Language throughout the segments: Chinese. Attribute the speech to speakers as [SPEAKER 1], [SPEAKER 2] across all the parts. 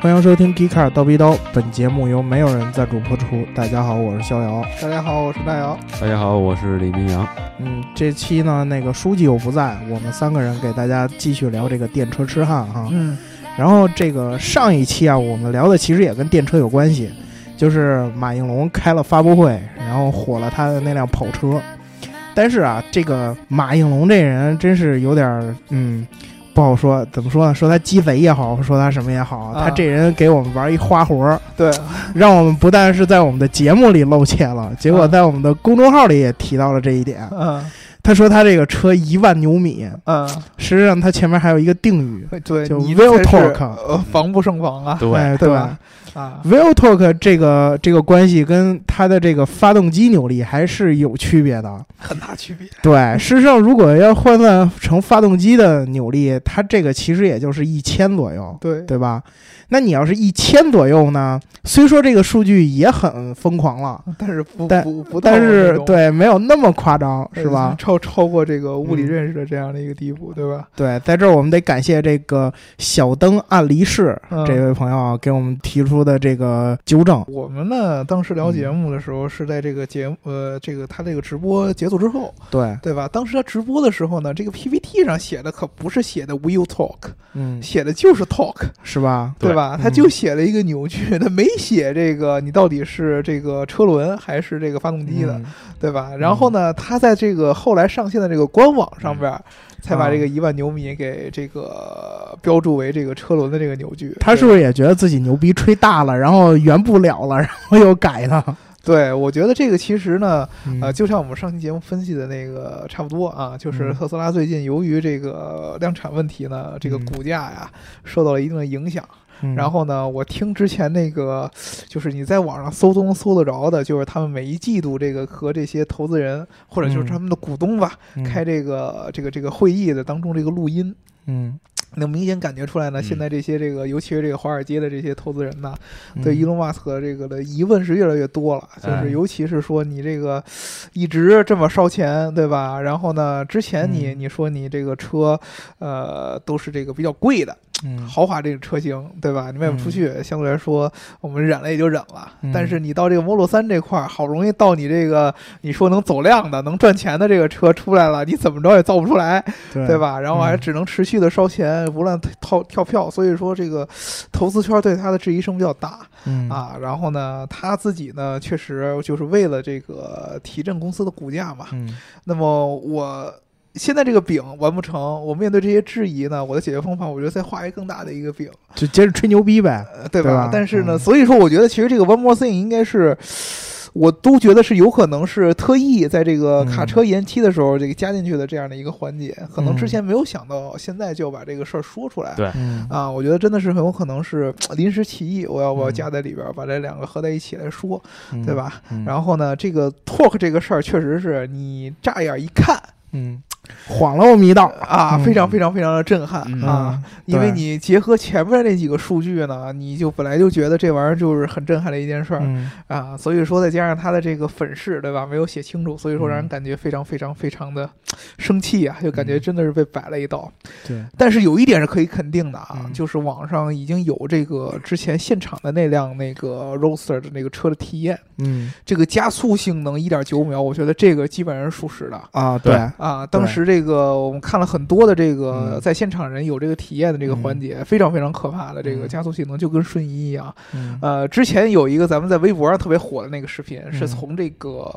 [SPEAKER 1] 欢迎收听《迪卡刀逼刀》，本节目由没有人赞助播出。大家好，我是逍遥。大家好，我是大姚。
[SPEAKER 2] 大家好，我是李明阳。
[SPEAKER 1] 嗯，这期呢，那个书记又不在，我们三个人给大家继续聊这个电车痴汉哈。
[SPEAKER 3] 嗯，
[SPEAKER 1] 然后这个上一期啊，我们聊的其实也跟电车有关系，就是马应龙开了发布会，然后火了他的那辆跑车。但是啊，这个马应龙这人真是有点儿，嗯，不好说，怎么说呢？说他鸡贼也好，说他什么也好，
[SPEAKER 3] 啊
[SPEAKER 1] 他这人给我们玩一花活儿，
[SPEAKER 3] 对，
[SPEAKER 1] 让我们不但是在我们的节目里露怯了，结果
[SPEAKER 3] 啊
[SPEAKER 1] 在我们的公众号里也提到了这一点。
[SPEAKER 3] 嗯
[SPEAKER 1] 他说他这个车一万牛米，
[SPEAKER 3] 嗯，
[SPEAKER 1] 实际上他前面还有一个定语，
[SPEAKER 3] 对，
[SPEAKER 1] 就
[SPEAKER 3] 你
[SPEAKER 1] real
[SPEAKER 3] 这是
[SPEAKER 1] talk
[SPEAKER 3] 呃，防不胜防啊，
[SPEAKER 2] 对，
[SPEAKER 1] 哎、
[SPEAKER 3] 对
[SPEAKER 1] 吧？
[SPEAKER 3] 吧？啊，
[SPEAKER 1] Will Talk 这个这个关系跟它的这个发动机扭力还是有区别的。
[SPEAKER 3] 很大区别。
[SPEAKER 1] 对，事实上如果要换算成发动机的扭力，它这个其实也就是一千左右，
[SPEAKER 3] 对，
[SPEAKER 1] 对吧？那你要是一千左右呢，虽说这个数据也很疯狂了，
[SPEAKER 3] 但是不
[SPEAKER 1] 但
[SPEAKER 3] 不不到
[SPEAKER 1] 但
[SPEAKER 3] 那
[SPEAKER 1] 是
[SPEAKER 3] 种，
[SPEAKER 1] 对没有那么夸张，
[SPEAKER 3] 呃
[SPEAKER 1] 是吧？
[SPEAKER 3] 超超过这个物理
[SPEAKER 1] 嗯
[SPEAKER 3] 认识的这样的一个地步，对吧？
[SPEAKER 1] 对，在这儿我们得感谢这个小灯暗离世、
[SPEAKER 3] 嗯
[SPEAKER 1] 这位朋友啊，给我们提出的这个纠正。
[SPEAKER 3] 我们呢，当时
[SPEAKER 1] 嗯
[SPEAKER 3] 聊节目的时候是在这个节目，呃，这个他这个直播结束之后，
[SPEAKER 1] 对，
[SPEAKER 3] 对吧？当时他直播的时候呢，这个 PPT 上写的可不是写的 will talk，
[SPEAKER 1] 嗯，
[SPEAKER 3] 写的就是 talk，
[SPEAKER 1] 是吧？
[SPEAKER 2] 对
[SPEAKER 3] 对吧？他
[SPEAKER 1] 嗯
[SPEAKER 3] 就写了一个扭矩，他没写这个你到底是这个车轮还是这个发动机的，
[SPEAKER 1] 嗯嗯
[SPEAKER 3] 对吧？然后呢，他在这个后来上线的这个官网上边儿，才把这
[SPEAKER 1] 啊
[SPEAKER 3] 个一万牛米给这个标注为这个车轮的这个扭矩。
[SPEAKER 1] 他是不是也觉得自己牛逼吹大了，然后圆不了了，然后又改了？
[SPEAKER 3] 对，我觉得这个其实呢，
[SPEAKER 1] 嗯
[SPEAKER 3] 呃，就像我们上期节目分析的那个差不多啊，就是
[SPEAKER 1] 嗯
[SPEAKER 3] 特斯拉最近由于这个量产问题呢，这个
[SPEAKER 1] 嗯
[SPEAKER 3] 股价呀受到了一定的影响。
[SPEAKER 1] 嗯
[SPEAKER 3] 然后呢，我听之前那个，就是你在网上搜都能搜得着的，就是他们每一季度这个和这些投资人或者就是
[SPEAKER 1] 嗯
[SPEAKER 3] 他们的股东吧，
[SPEAKER 1] 嗯
[SPEAKER 3] 开这个这个这个会议的当中这个录音，
[SPEAKER 1] 嗯，
[SPEAKER 3] 能明显感觉出来呢。
[SPEAKER 2] 嗯
[SPEAKER 3] 现在这些这个，尤其是这个华尔街的这些投资人呢，
[SPEAKER 1] 嗯
[SPEAKER 3] 对伊隆马斯克这个的疑问是越来越多了，就
[SPEAKER 2] 哎
[SPEAKER 3] 是尤其是说你这个一直这么烧钱，对吧？然后呢，之前你
[SPEAKER 1] 嗯
[SPEAKER 3] 你说你这个车，呃，都是这个比较贵的，
[SPEAKER 1] 嗯
[SPEAKER 3] 豪华这个车型，对吧？你卖不出去，相对来说我们忍了也就忍了。
[SPEAKER 1] 嗯
[SPEAKER 3] 但是你到这个 Model 三这块儿，好容易到你这个你说能走量的、能赚钱的这个车出来了，你怎么着也造不出来，
[SPEAKER 1] 对
[SPEAKER 3] 对？吧？然后还
[SPEAKER 1] 嗯
[SPEAKER 3] 只能持续的烧钱，不断套跳票，所以说这个投资圈对他的质疑声比较大
[SPEAKER 1] 嗯，
[SPEAKER 3] 啊。然后呢，他自己呢，确实就是为了这个提振公司的股价嘛，
[SPEAKER 1] 嗯
[SPEAKER 3] 那么我现在这个饼完不成，我面对这些质疑呢，我的解决方法，我觉得再画一个更大的一个饼，
[SPEAKER 1] 就接着吹牛逼呗。
[SPEAKER 3] 呃对吧？
[SPEAKER 1] 对吧
[SPEAKER 3] 但是呢，
[SPEAKER 1] 嗯
[SPEAKER 3] 所以说我觉得其实这个 One More Thing 应该是。我都觉得是有可能是特意在这
[SPEAKER 1] 嗯
[SPEAKER 3] 个卡车延期的时候，这个加进去的这样的一个环节，可能之前没有想到，现在就要把这个事儿说出来。
[SPEAKER 2] 对
[SPEAKER 1] 嗯
[SPEAKER 3] 啊，我觉得真的是很有可能是呃临时起意，我要我要
[SPEAKER 1] 嗯
[SPEAKER 3] 加在里边儿，把这两个合在一起来说，对？吧？
[SPEAKER 1] 嗯
[SPEAKER 3] 然后呢，这个 talk 这个事儿确实是你乍眼一看，
[SPEAKER 1] 嗯，晃了我们一道
[SPEAKER 3] 啊，
[SPEAKER 1] 嗯
[SPEAKER 3] 非常非常非常的震撼、
[SPEAKER 2] 嗯
[SPEAKER 3] 啊！
[SPEAKER 1] 嗯
[SPEAKER 3] 因为
[SPEAKER 1] 对
[SPEAKER 3] 你结合前面那几个数据呢，你就本来就觉得这玩意儿就是很震撼的一件事儿、
[SPEAKER 1] 嗯
[SPEAKER 3] 啊，所以说再加上它的这个粉饰，对吧？没有写清楚，所以说让人
[SPEAKER 1] 嗯
[SPEAKER 3] 感觉非常非常非常的生气啊，就感觉
[SPEAKER 1] 嗯
[SPEAKER 3] 真的是被摆了一道。
[SPEAKER 1] 对，
[SPEAKER 3] 但是有一点是可以肯定的啊，
[SPEAKER 1] 嗯
[SPEAKER 3] 就是网上已经有这个之前现场的那辆那个 Roadster 的那个车的体验，
[SPEAKER 1] 嗯
[SPEAKER 3] 这个加速性能一点九秒，我觉得这个基本上是属实的。
[SPEAKER 1] 啊，
[SPEAKER 2] 对
[SPEAKER 1] 对，
[SPEAKER 3] 啊，当
[SPEAKER 1] 对
[SPEAKER 3] 时这个我们看了很多的这个
[SPEAKER 1] 嗯
[SPEAKER 3] 在现场人有这个体验的这个环节，非常非常可怕的这个
[SPEAKER 1] 嗯
[SPEAKER 3] 加速性能就跟瞬移一样。
[SPEAKER 1] 嗯
[SPEAKER 3] 呃，之前有一个咱们在微博上特别火的那个视频，是
[SPEAKER 1] 嗯
[SPEAKER 3] 从这个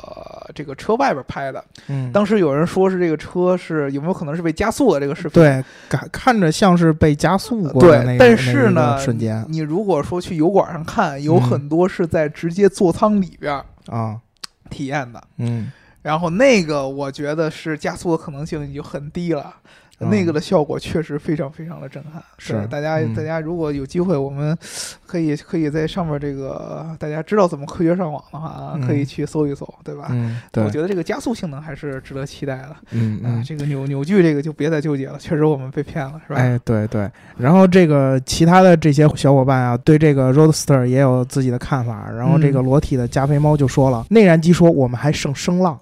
[SPEAKER 3] 这个车外边拍的。
[SPEAKER 1] 嗯，
[SPEAKER 3] 当时有人说是这个车是有没有可能是被加速的这个视频？
[SPEAKER 1] 对，看看着像是被加速过的那个
[SPEAKER 3] 对，但
[SPEAKER 1] 那
[SPEAKER 3] 是
[SPEAKER 1] 个
[SPEAKER 3] 呢，
[SPEAKER 1] 瞬间
[SPEAKER 3] 你如果说去油管上看，有
[SPEAKER 1] 嗯
[SPEAKER 3] 很多是在直接座舱里边
[SPEAKER 1] 啊，
[SPEAKER 3] 体验的。
[SPEAKER 1] 嗯
[SPEAKER 3] 然后那个我觉得是加速的可能性已经很低了，
[SPEAKER 1] 嗯
[SPEAKER 3] 那个的效果确实非常非常的震撼。
[SPEAKER 1] 是
[SPEAKER 3] 对大家、
[SPEAKER 1] 嗯
[SPEAKER 3] 大家如果有机会，我们可以可以在上面这个大家知道怎么科学上网的话啊，
[SPEAKER 1] 嗯
[SPEAKER 3] 可以去搜一搜，对吧？
[SPEAKER 1] 嗯，对，
[SPEAKER 3] 啊我觉得这个加速性能还是值得期待的。
[SPEAKER 1] 嗯
[SPEAKER 3] 啊，
[SPEAKER 1] 嗯。
[SPEAKER 3] 这个扭扭矩这个就别再纠结了，确实我们被骗了，是吧？
[SPEAKER 1] 哎，对对，然后这个其他的这些小伙伴啊，对这个 Roadster 也有自己的看法。然后这个
[SPEAKER 3] 嗯
[SPEAKER 1] 裸体的加菲猫就说了，内燃机说我们还剩声浪，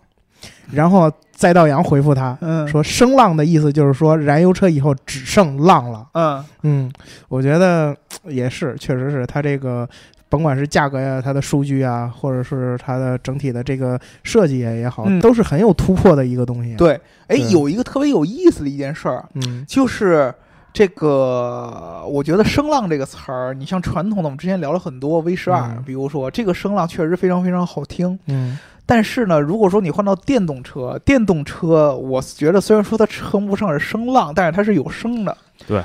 [SPEAKER 1] 然后再道阳回复他
[SPEAKER 3] 嗯
[SPEAKER 1] 说：“声浪的意思就是说燃油车以后只剩浪了。
[SPEAKER 3] 嗯”
[SPEAKER 1] 嗯，我觉得嘖也是，确实是它这个。甭管是价格呀、它的数据啊，或者是它的整体的这个设计也好，
[SPEAKER 3] 嗯
[SPEAKER 1] 都是很有突破的一个东西。，
[SPEAKER 3] 对，哎，
[SPEAKER 1] 对
[SPEAKER 3] 有一个特别有意思的一件事儿，
[SPEAKER 1] 嗯
[SPEAKER 3] 就是这个，我觉得“声浪”这个词儿，你像传统的，我们之前聊了很多 V 十二，
[SPEAKER 1] 嗯
[SPEAKER 3] 比如说这个声浪确实非常非常好听，
[SPEAKER 1] 嗯
[SPEAKER 3] 但是呢，如果说你换到电动车，电动车我觉得虽然说它称不上是声浪，但是它是有声的，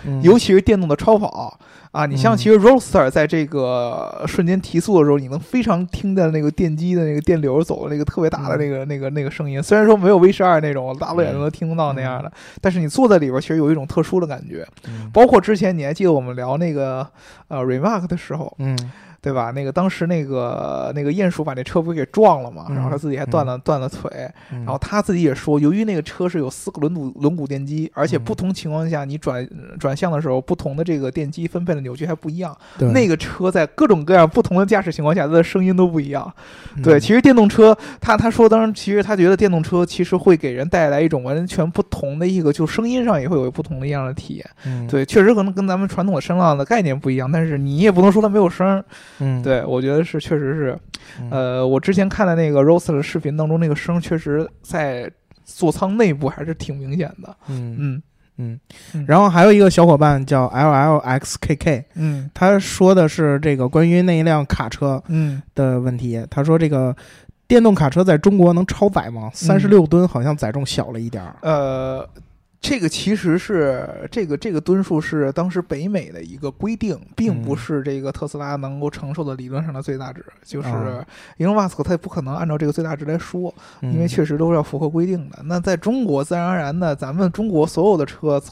[SPEAKER 1] 嗯，
[SPEAKER 3] 尤其是电动的超跑啊，你像
[SPEAKER 1] 嗯
[SPEAKER 3] 其实 Roadster 在这个瞬间提速的时候，你能非常听到那个电机的那个电流走的那个特别大的
[SPEAKER 1] 嗯
[SPEAKER 3] 那个、那个那个声音，虽然说没有 V 十二那种大老远都能听到那样的，但是你坐在里边其实有一种特殊的感觉。
[SPEAKER 1] 嗯
[SPEAKER 3] 包括之前你还记得我们聊那个呃 Remark 的时候，
[SPEAKER 1] 嗯
[SPEAKER 3] 对吧？那个当时那个那个鼹鼠把那车不是给撞了嘛，
[SPEAKER 1] 嗯
[SPEAKER 3] 然后他自己还断了、断了腿，
[SPEAKER 1] 嗯
[SPEAKER 3] 然后他自己也说，由于那个车是有四个轮毂轮毂电机，而且不
[SPEAKER 1] 嗯
[SPEAKER 3] 同情况下你转转向的时候，不同的这个电机分配的扭矩还不一样。
[SPEAKER 1] 对
[SPEAKER 3] 那个车在各种各样不同的驾驶情况下，它的声音都不一样。对，
[SPEAKER 1] 嗯
[SPEAKER 3] 其实电动车，他他说，当然，其实他觉得电动车其实会给人带来一种完全不同的一个，就声音上也会有不同的一样的体验。
[SPEAKER 1] 嗯
[SPEAKER 3] 对，确实可能跟咱们传统的声浪的概念不一样，但是你也不能说它没有声儿。
[SPEAKER 1] 嗯
[SPEAKER 3] 对，我觉得是，确实是。
[SPEAKER 1] 嗯
[SPEAKER 3] 呃，我之前看的那个 Rose 的视频当中，那个声确实在座舱内部还是挺明显的。
[SPEAKER 1] 嗯
[SPEAKER 3] 嗯
[SPEAKER 1] 嗯
[SPEAKER 3] 嗯，
[SPEAKER 1] 然后还有一个小伙伴叫 L L X K K，
[SPEAKER 3] 嗯
[SPEAKER 1] 他说的是这个关于那一辆卡车
[SPEAKER 3] 嗯，
[SPEAKER 1] 的问题。他说这个电动卡车在中国能超载吗？三
[SPEAKER 3] 嗯
[SPEAKER 1] 十六吨好像载重小了一点儿。
[SPEAKER 3] 呃，这个其实是这个这个吨数是当时北美的一个规定，并不
[SPEAKER 1] 嗯
[SPEAKER 3] 是这个特斯拉能够承受的理论上的最大值。就是
[SPEAKER 1] 啊
[SPEAKER 3] Elon Musk 他也不可能按照这个最大值来说，
[SPEAKER 1] 嗯
[SPEAKER 3] 呃因为确实都是要符合规定的。那在中国，自然而然的，咱们中国所有的车，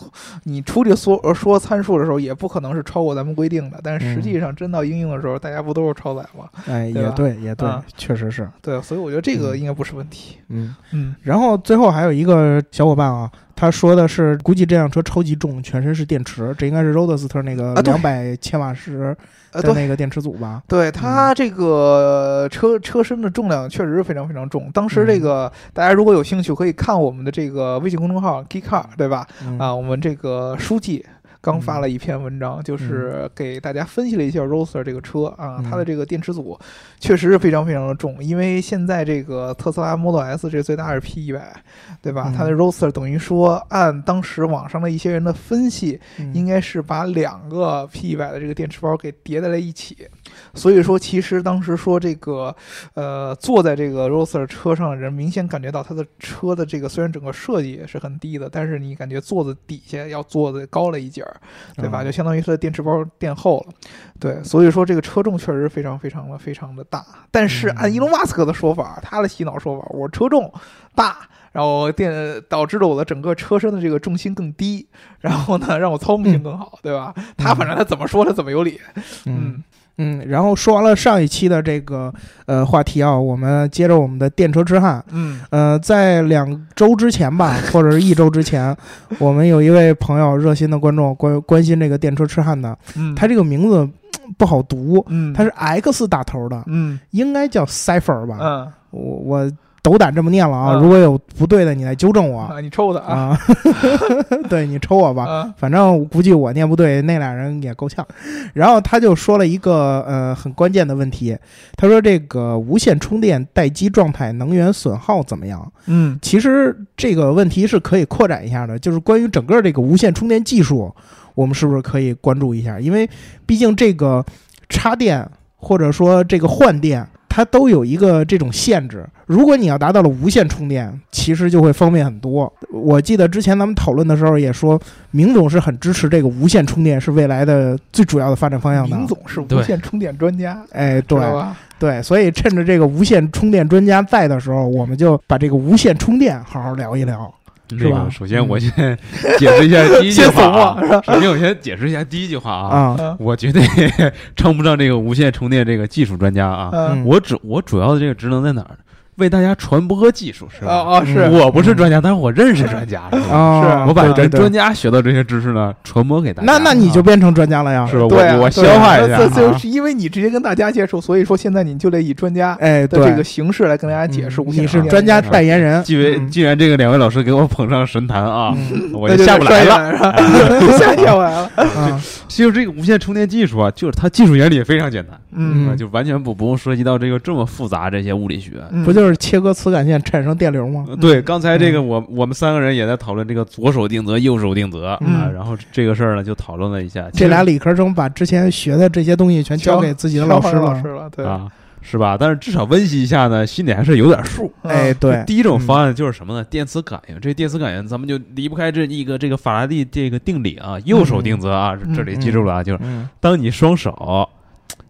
[SPEAKER 3] 你出去说呃说参数的时候，也不可能是超过咱们规定的。但是实
[SPEAKER 1] 嗯
[SPEAKER 3] 际上，真到应用的时候，大家不都是超载吗？
[SPEAKER 1] 哎，
[SPEAKER 3] 对
[SPEAKER 1] 也
[SPEAKER 3] 吧
[SPEAKER 1] 对，也对
[SPEAKER 3] 啊，
[SPEAKER 1] 确实是。
[SPEAKER 3] 对，所以我觉得这个
[SPEAKER 1] 嗯
[SPEAKER 3] 应该不是问题。
[SPEAKER 1] 嗯，
[SPEAKER 3] 嗯
[SPEAKER 1] 然后最后还有一个小伙伴啊，他说的是估计这辆车超级重，全身是电池，这应该是 Roadster 那个
[SPEAKER 3] 啊对
[SPEAKER 1] 两百千瓦时
[SPEAKER 3] 呃，
[SPEAKER 1] 的
[SPEAKER 3] 对。
[SPEAKER 1] 那个嗯电池组吧？
[SPEAKER 3] 对它这个车车身的重量确实是非常非常重。当时
[SPEAKER 1] 嗯
[SPEAKER 3] 这个大家如果有兴趣，可以看我们的这个微信公众号 Geek Car，对吧？
[SPEAKER 1] 嗯
[SPEAKER 3] 啊，我们这个书记刚发了一篇文章，就是给大家分析了一下 Roadster 这个车啊，
[SPEAKER 1] 嗯
[SPEAKER 3] 它的这个电池组确实是非常非常的重，因为现在这个特斯拉 Model S 这最大是 P 一百，对吧
[SPEAKER 1] 嗯？
[SPEAKER 3] 它的 Roadster 等于说按当时网上的一些人的分析，
[SPEAKER 1] 嗯
[SPEAKER 3] 应该是把两个 P 一百的这个电池包给叠在了一起，所以说其实当时说这个，呃，坐在这个 Roadster 车上的人明显感觉到它的车的这个虽然整个设计是很低的，但是你感觉坐的底下要坐的高了一截儿，对吧？
[SPEAKER 1] 嗯
[SPEAKER 3] 就相当于它的电池包垫厚了，对，所以说这个车重确实非常非常的非常的大，但是按
[SPEAKER 1] 嗯
[SPEAKER 3] 伊隆马斯克的说法，他的洗脑说法，我车重大。然后电导致了我的整个车身的这个重心更低，然后呢，让我操控性更好，对吧？他反正他怎么说他怎么有理，
[SPEAKER 1] 嗯
[SPEAKER 3] 嗯
[SPEAKER 1] 嗯，然后说完了上一期的这个呃话题啊，我们接着我们的电车痴汉。
[SPEAKER 3] 嗯
[SPEAKER 1] 呃，在两周之前吧，或者是一周之前， 我们有一位朋友热心的观众关关心这个电车痴汉的，
[SPEAKER 3] 嗯，
[SPEAKER 1] 他这个名字嗯不好读，
[SPEAKER 3] 嗯
[SPEAKER 1] 他是 X 打头的，
[SPEAKER 3] 嗯
[SPEAKER 1] 应该叫 Cipher 吧？
[SPEAKER 3] 嗯
[SPEAKER 1] 我我斗胆这么念了啊，
[SPEAKER 3] 嗯
[SPEAKER 1] 如果有不对的，你来纠正我
[SPEAKER 3] 啊，你抽的啊
[SPEAKER 1] 啊。 嗯对你抽我吧，
[SPEAKER 3] 啊
[SPEAKER 1] 反正估计我念不对，那俩人也够呛。然后他就说了一个呃很关键的问题，他说这个无线充电待机状态能源损耗怎么样？
[SPEAKER 3] 嗯
[SPEAKER 1] 其实这个问题是可以扩展一下的，就是关于整个这个无线充电技术，我们是不是可以关注一下？因为毕竟这个插电或者说这个换电，它都有一个这种限制。如果你要达到了无线充电，其实就会方便很多。我记得之前咱们讨论的时候也说，明总是很支持这个无线充电是未来的最主要的发展方向的
[SPEAKER 3] 明。总是无
[SPEAKER 2] 对
[SPEAKER 3] 线充电专家，
[SPEAKER 1] 哎，
[SPEAKER 3] 知
[SPEAKER 1] 对
[SPEAKER 3] 道吧？
[SPEAKER 1] 对，所以趁着这个无线充电专家在的时候，我们就把这个无线充电好好聊一聊。是
[SPEAKER 2] 那
[SPEAKER 1] 吧嗯
[SPEAKER 2] 个，首先我先解释一 下第一句
[SPEAKER 3] 先
[SPEAKER 2] 话
[SPEAKER 3] 怂
[SPEAKER 2] 啊
[SPEAKER 3] 了，是吧？
[SPEAKER 2] 首先我先解释一下第一句话啊，
[SPEAKER 1] 啊，
[SPEAKER 3] 嗯
[SPEAKER 2] 我 绝对称不上这个无线充电这个技术专家啊，
[SPEAKER 1] 嗯
[SPEAKER 3] 嗯
[SPEAKER 2] 我主我主要的这个职能在哪儿？为大家传播技术，是吧？
[SPEAKER 3] 啊啊是
[SPEAKER 2] 我不是专家，但是我认识专家，是吧
[SPEAKER 1] 嗯啊，
[SPEAKER 2] 我把
[SPEAKER 1] 对
[SPEAKER 2] 咱
[SPEAKER 1] 对
[SPEAKER 2] 专家学到这些知识呢，传播给大家。
[SPEAKER 1] 那那你就
[SPEAKER 2] 啊
[SPEAKER 1] 变成专家了呀？
[SPEAKER 2] 是吧？
[SPEAKER 3] 对啊，
[SPEAKER 2] 我我消
[SPEAKER 3] 对啊
[SPEAKER 2] 化一下
[SPEAKER 3] 那这
[SPEAKER 2] 啊。
[SPEAKER 3] 就是因为你直接跟大家接触，所以说现在你就得以专家
[SPEAKER 1] 哎，
[SPEAKER 3] 的
[SPEAKER 1] 对，
[SPEAKER 3] 这个形式来跟大家解释
[SPEAKER 1] 嗯
[SPEAKER 3] 无线
[SPEAKER 1] 你
[SPEAKER 3] 充
[SPEAKER 1] 是
[SPEAKER 3] 电
[SPEAKER 1] 专家
[SPEAKER 3] 这件事
[SPEAKER 1] 代言人，
[SPEAKER 2] 啊既为
[SPEAKER 1] 嗯
[SPEAKER 2] 既然这个两位老师给我捧上神坛啊，
[SPEAKER 1] 嗯
[SPEAKER 2] 我
[SPEAKER 3] 那
[SPEAKER 2] 就
[SPEAKER 3] 就
[SPEAKER 2] 下不来了。
[SPEAKER 3] 了， 是吧下不来了。
[SPEAKER 1] 啊
[SPEAKER 2] 其实这个无线充电技术啊，就是它技术原理非常简单，
[SPEAKER 1] 嗯
[SPEAKER 2] 啊就完全不不用涉及到这个这么复杂这些物理学。
[SPEAKER 3] 嗯
[SPEAKER 1] 不就是切割磁感线产生电流吗？
[SPEAKER 2] 呃对，刚才这个
[SPEAKER 1] 嗯
[SPEAKER 2] 我我们三个人也在讨论这个左手定则、右手定则啊
[SPEAKER 1] 嗯，
[SPEAKER 2] 然后这个事儿呢就讨论了一下，
[SPEAKER 1] 这俩理科生把之前学的这些东西全交给自己的老师
[SPEAKER 3] 换老
[SPEAKER 1] 了
[SPEAKER 3] 师。了，对，
[SPEAKER 2] 啊，是吧？但是至少温习一下呢，心里还是有点数。
[SPEAKER 3] 嗯
[SPEAKER 1] 哎，，对，
[SPEAKER 2] 第一种方案就是什么呢？电磁感应。这电磁感应，咱们就离不开这一个这个法拉第这个定理啊，右手定则啊，
[SPEAKER 3] 嗯
[SPEAKER 2] 这里记住了啊，就是
[SPEAKER 1] 嗯
[SPEAKER 2] 当你双手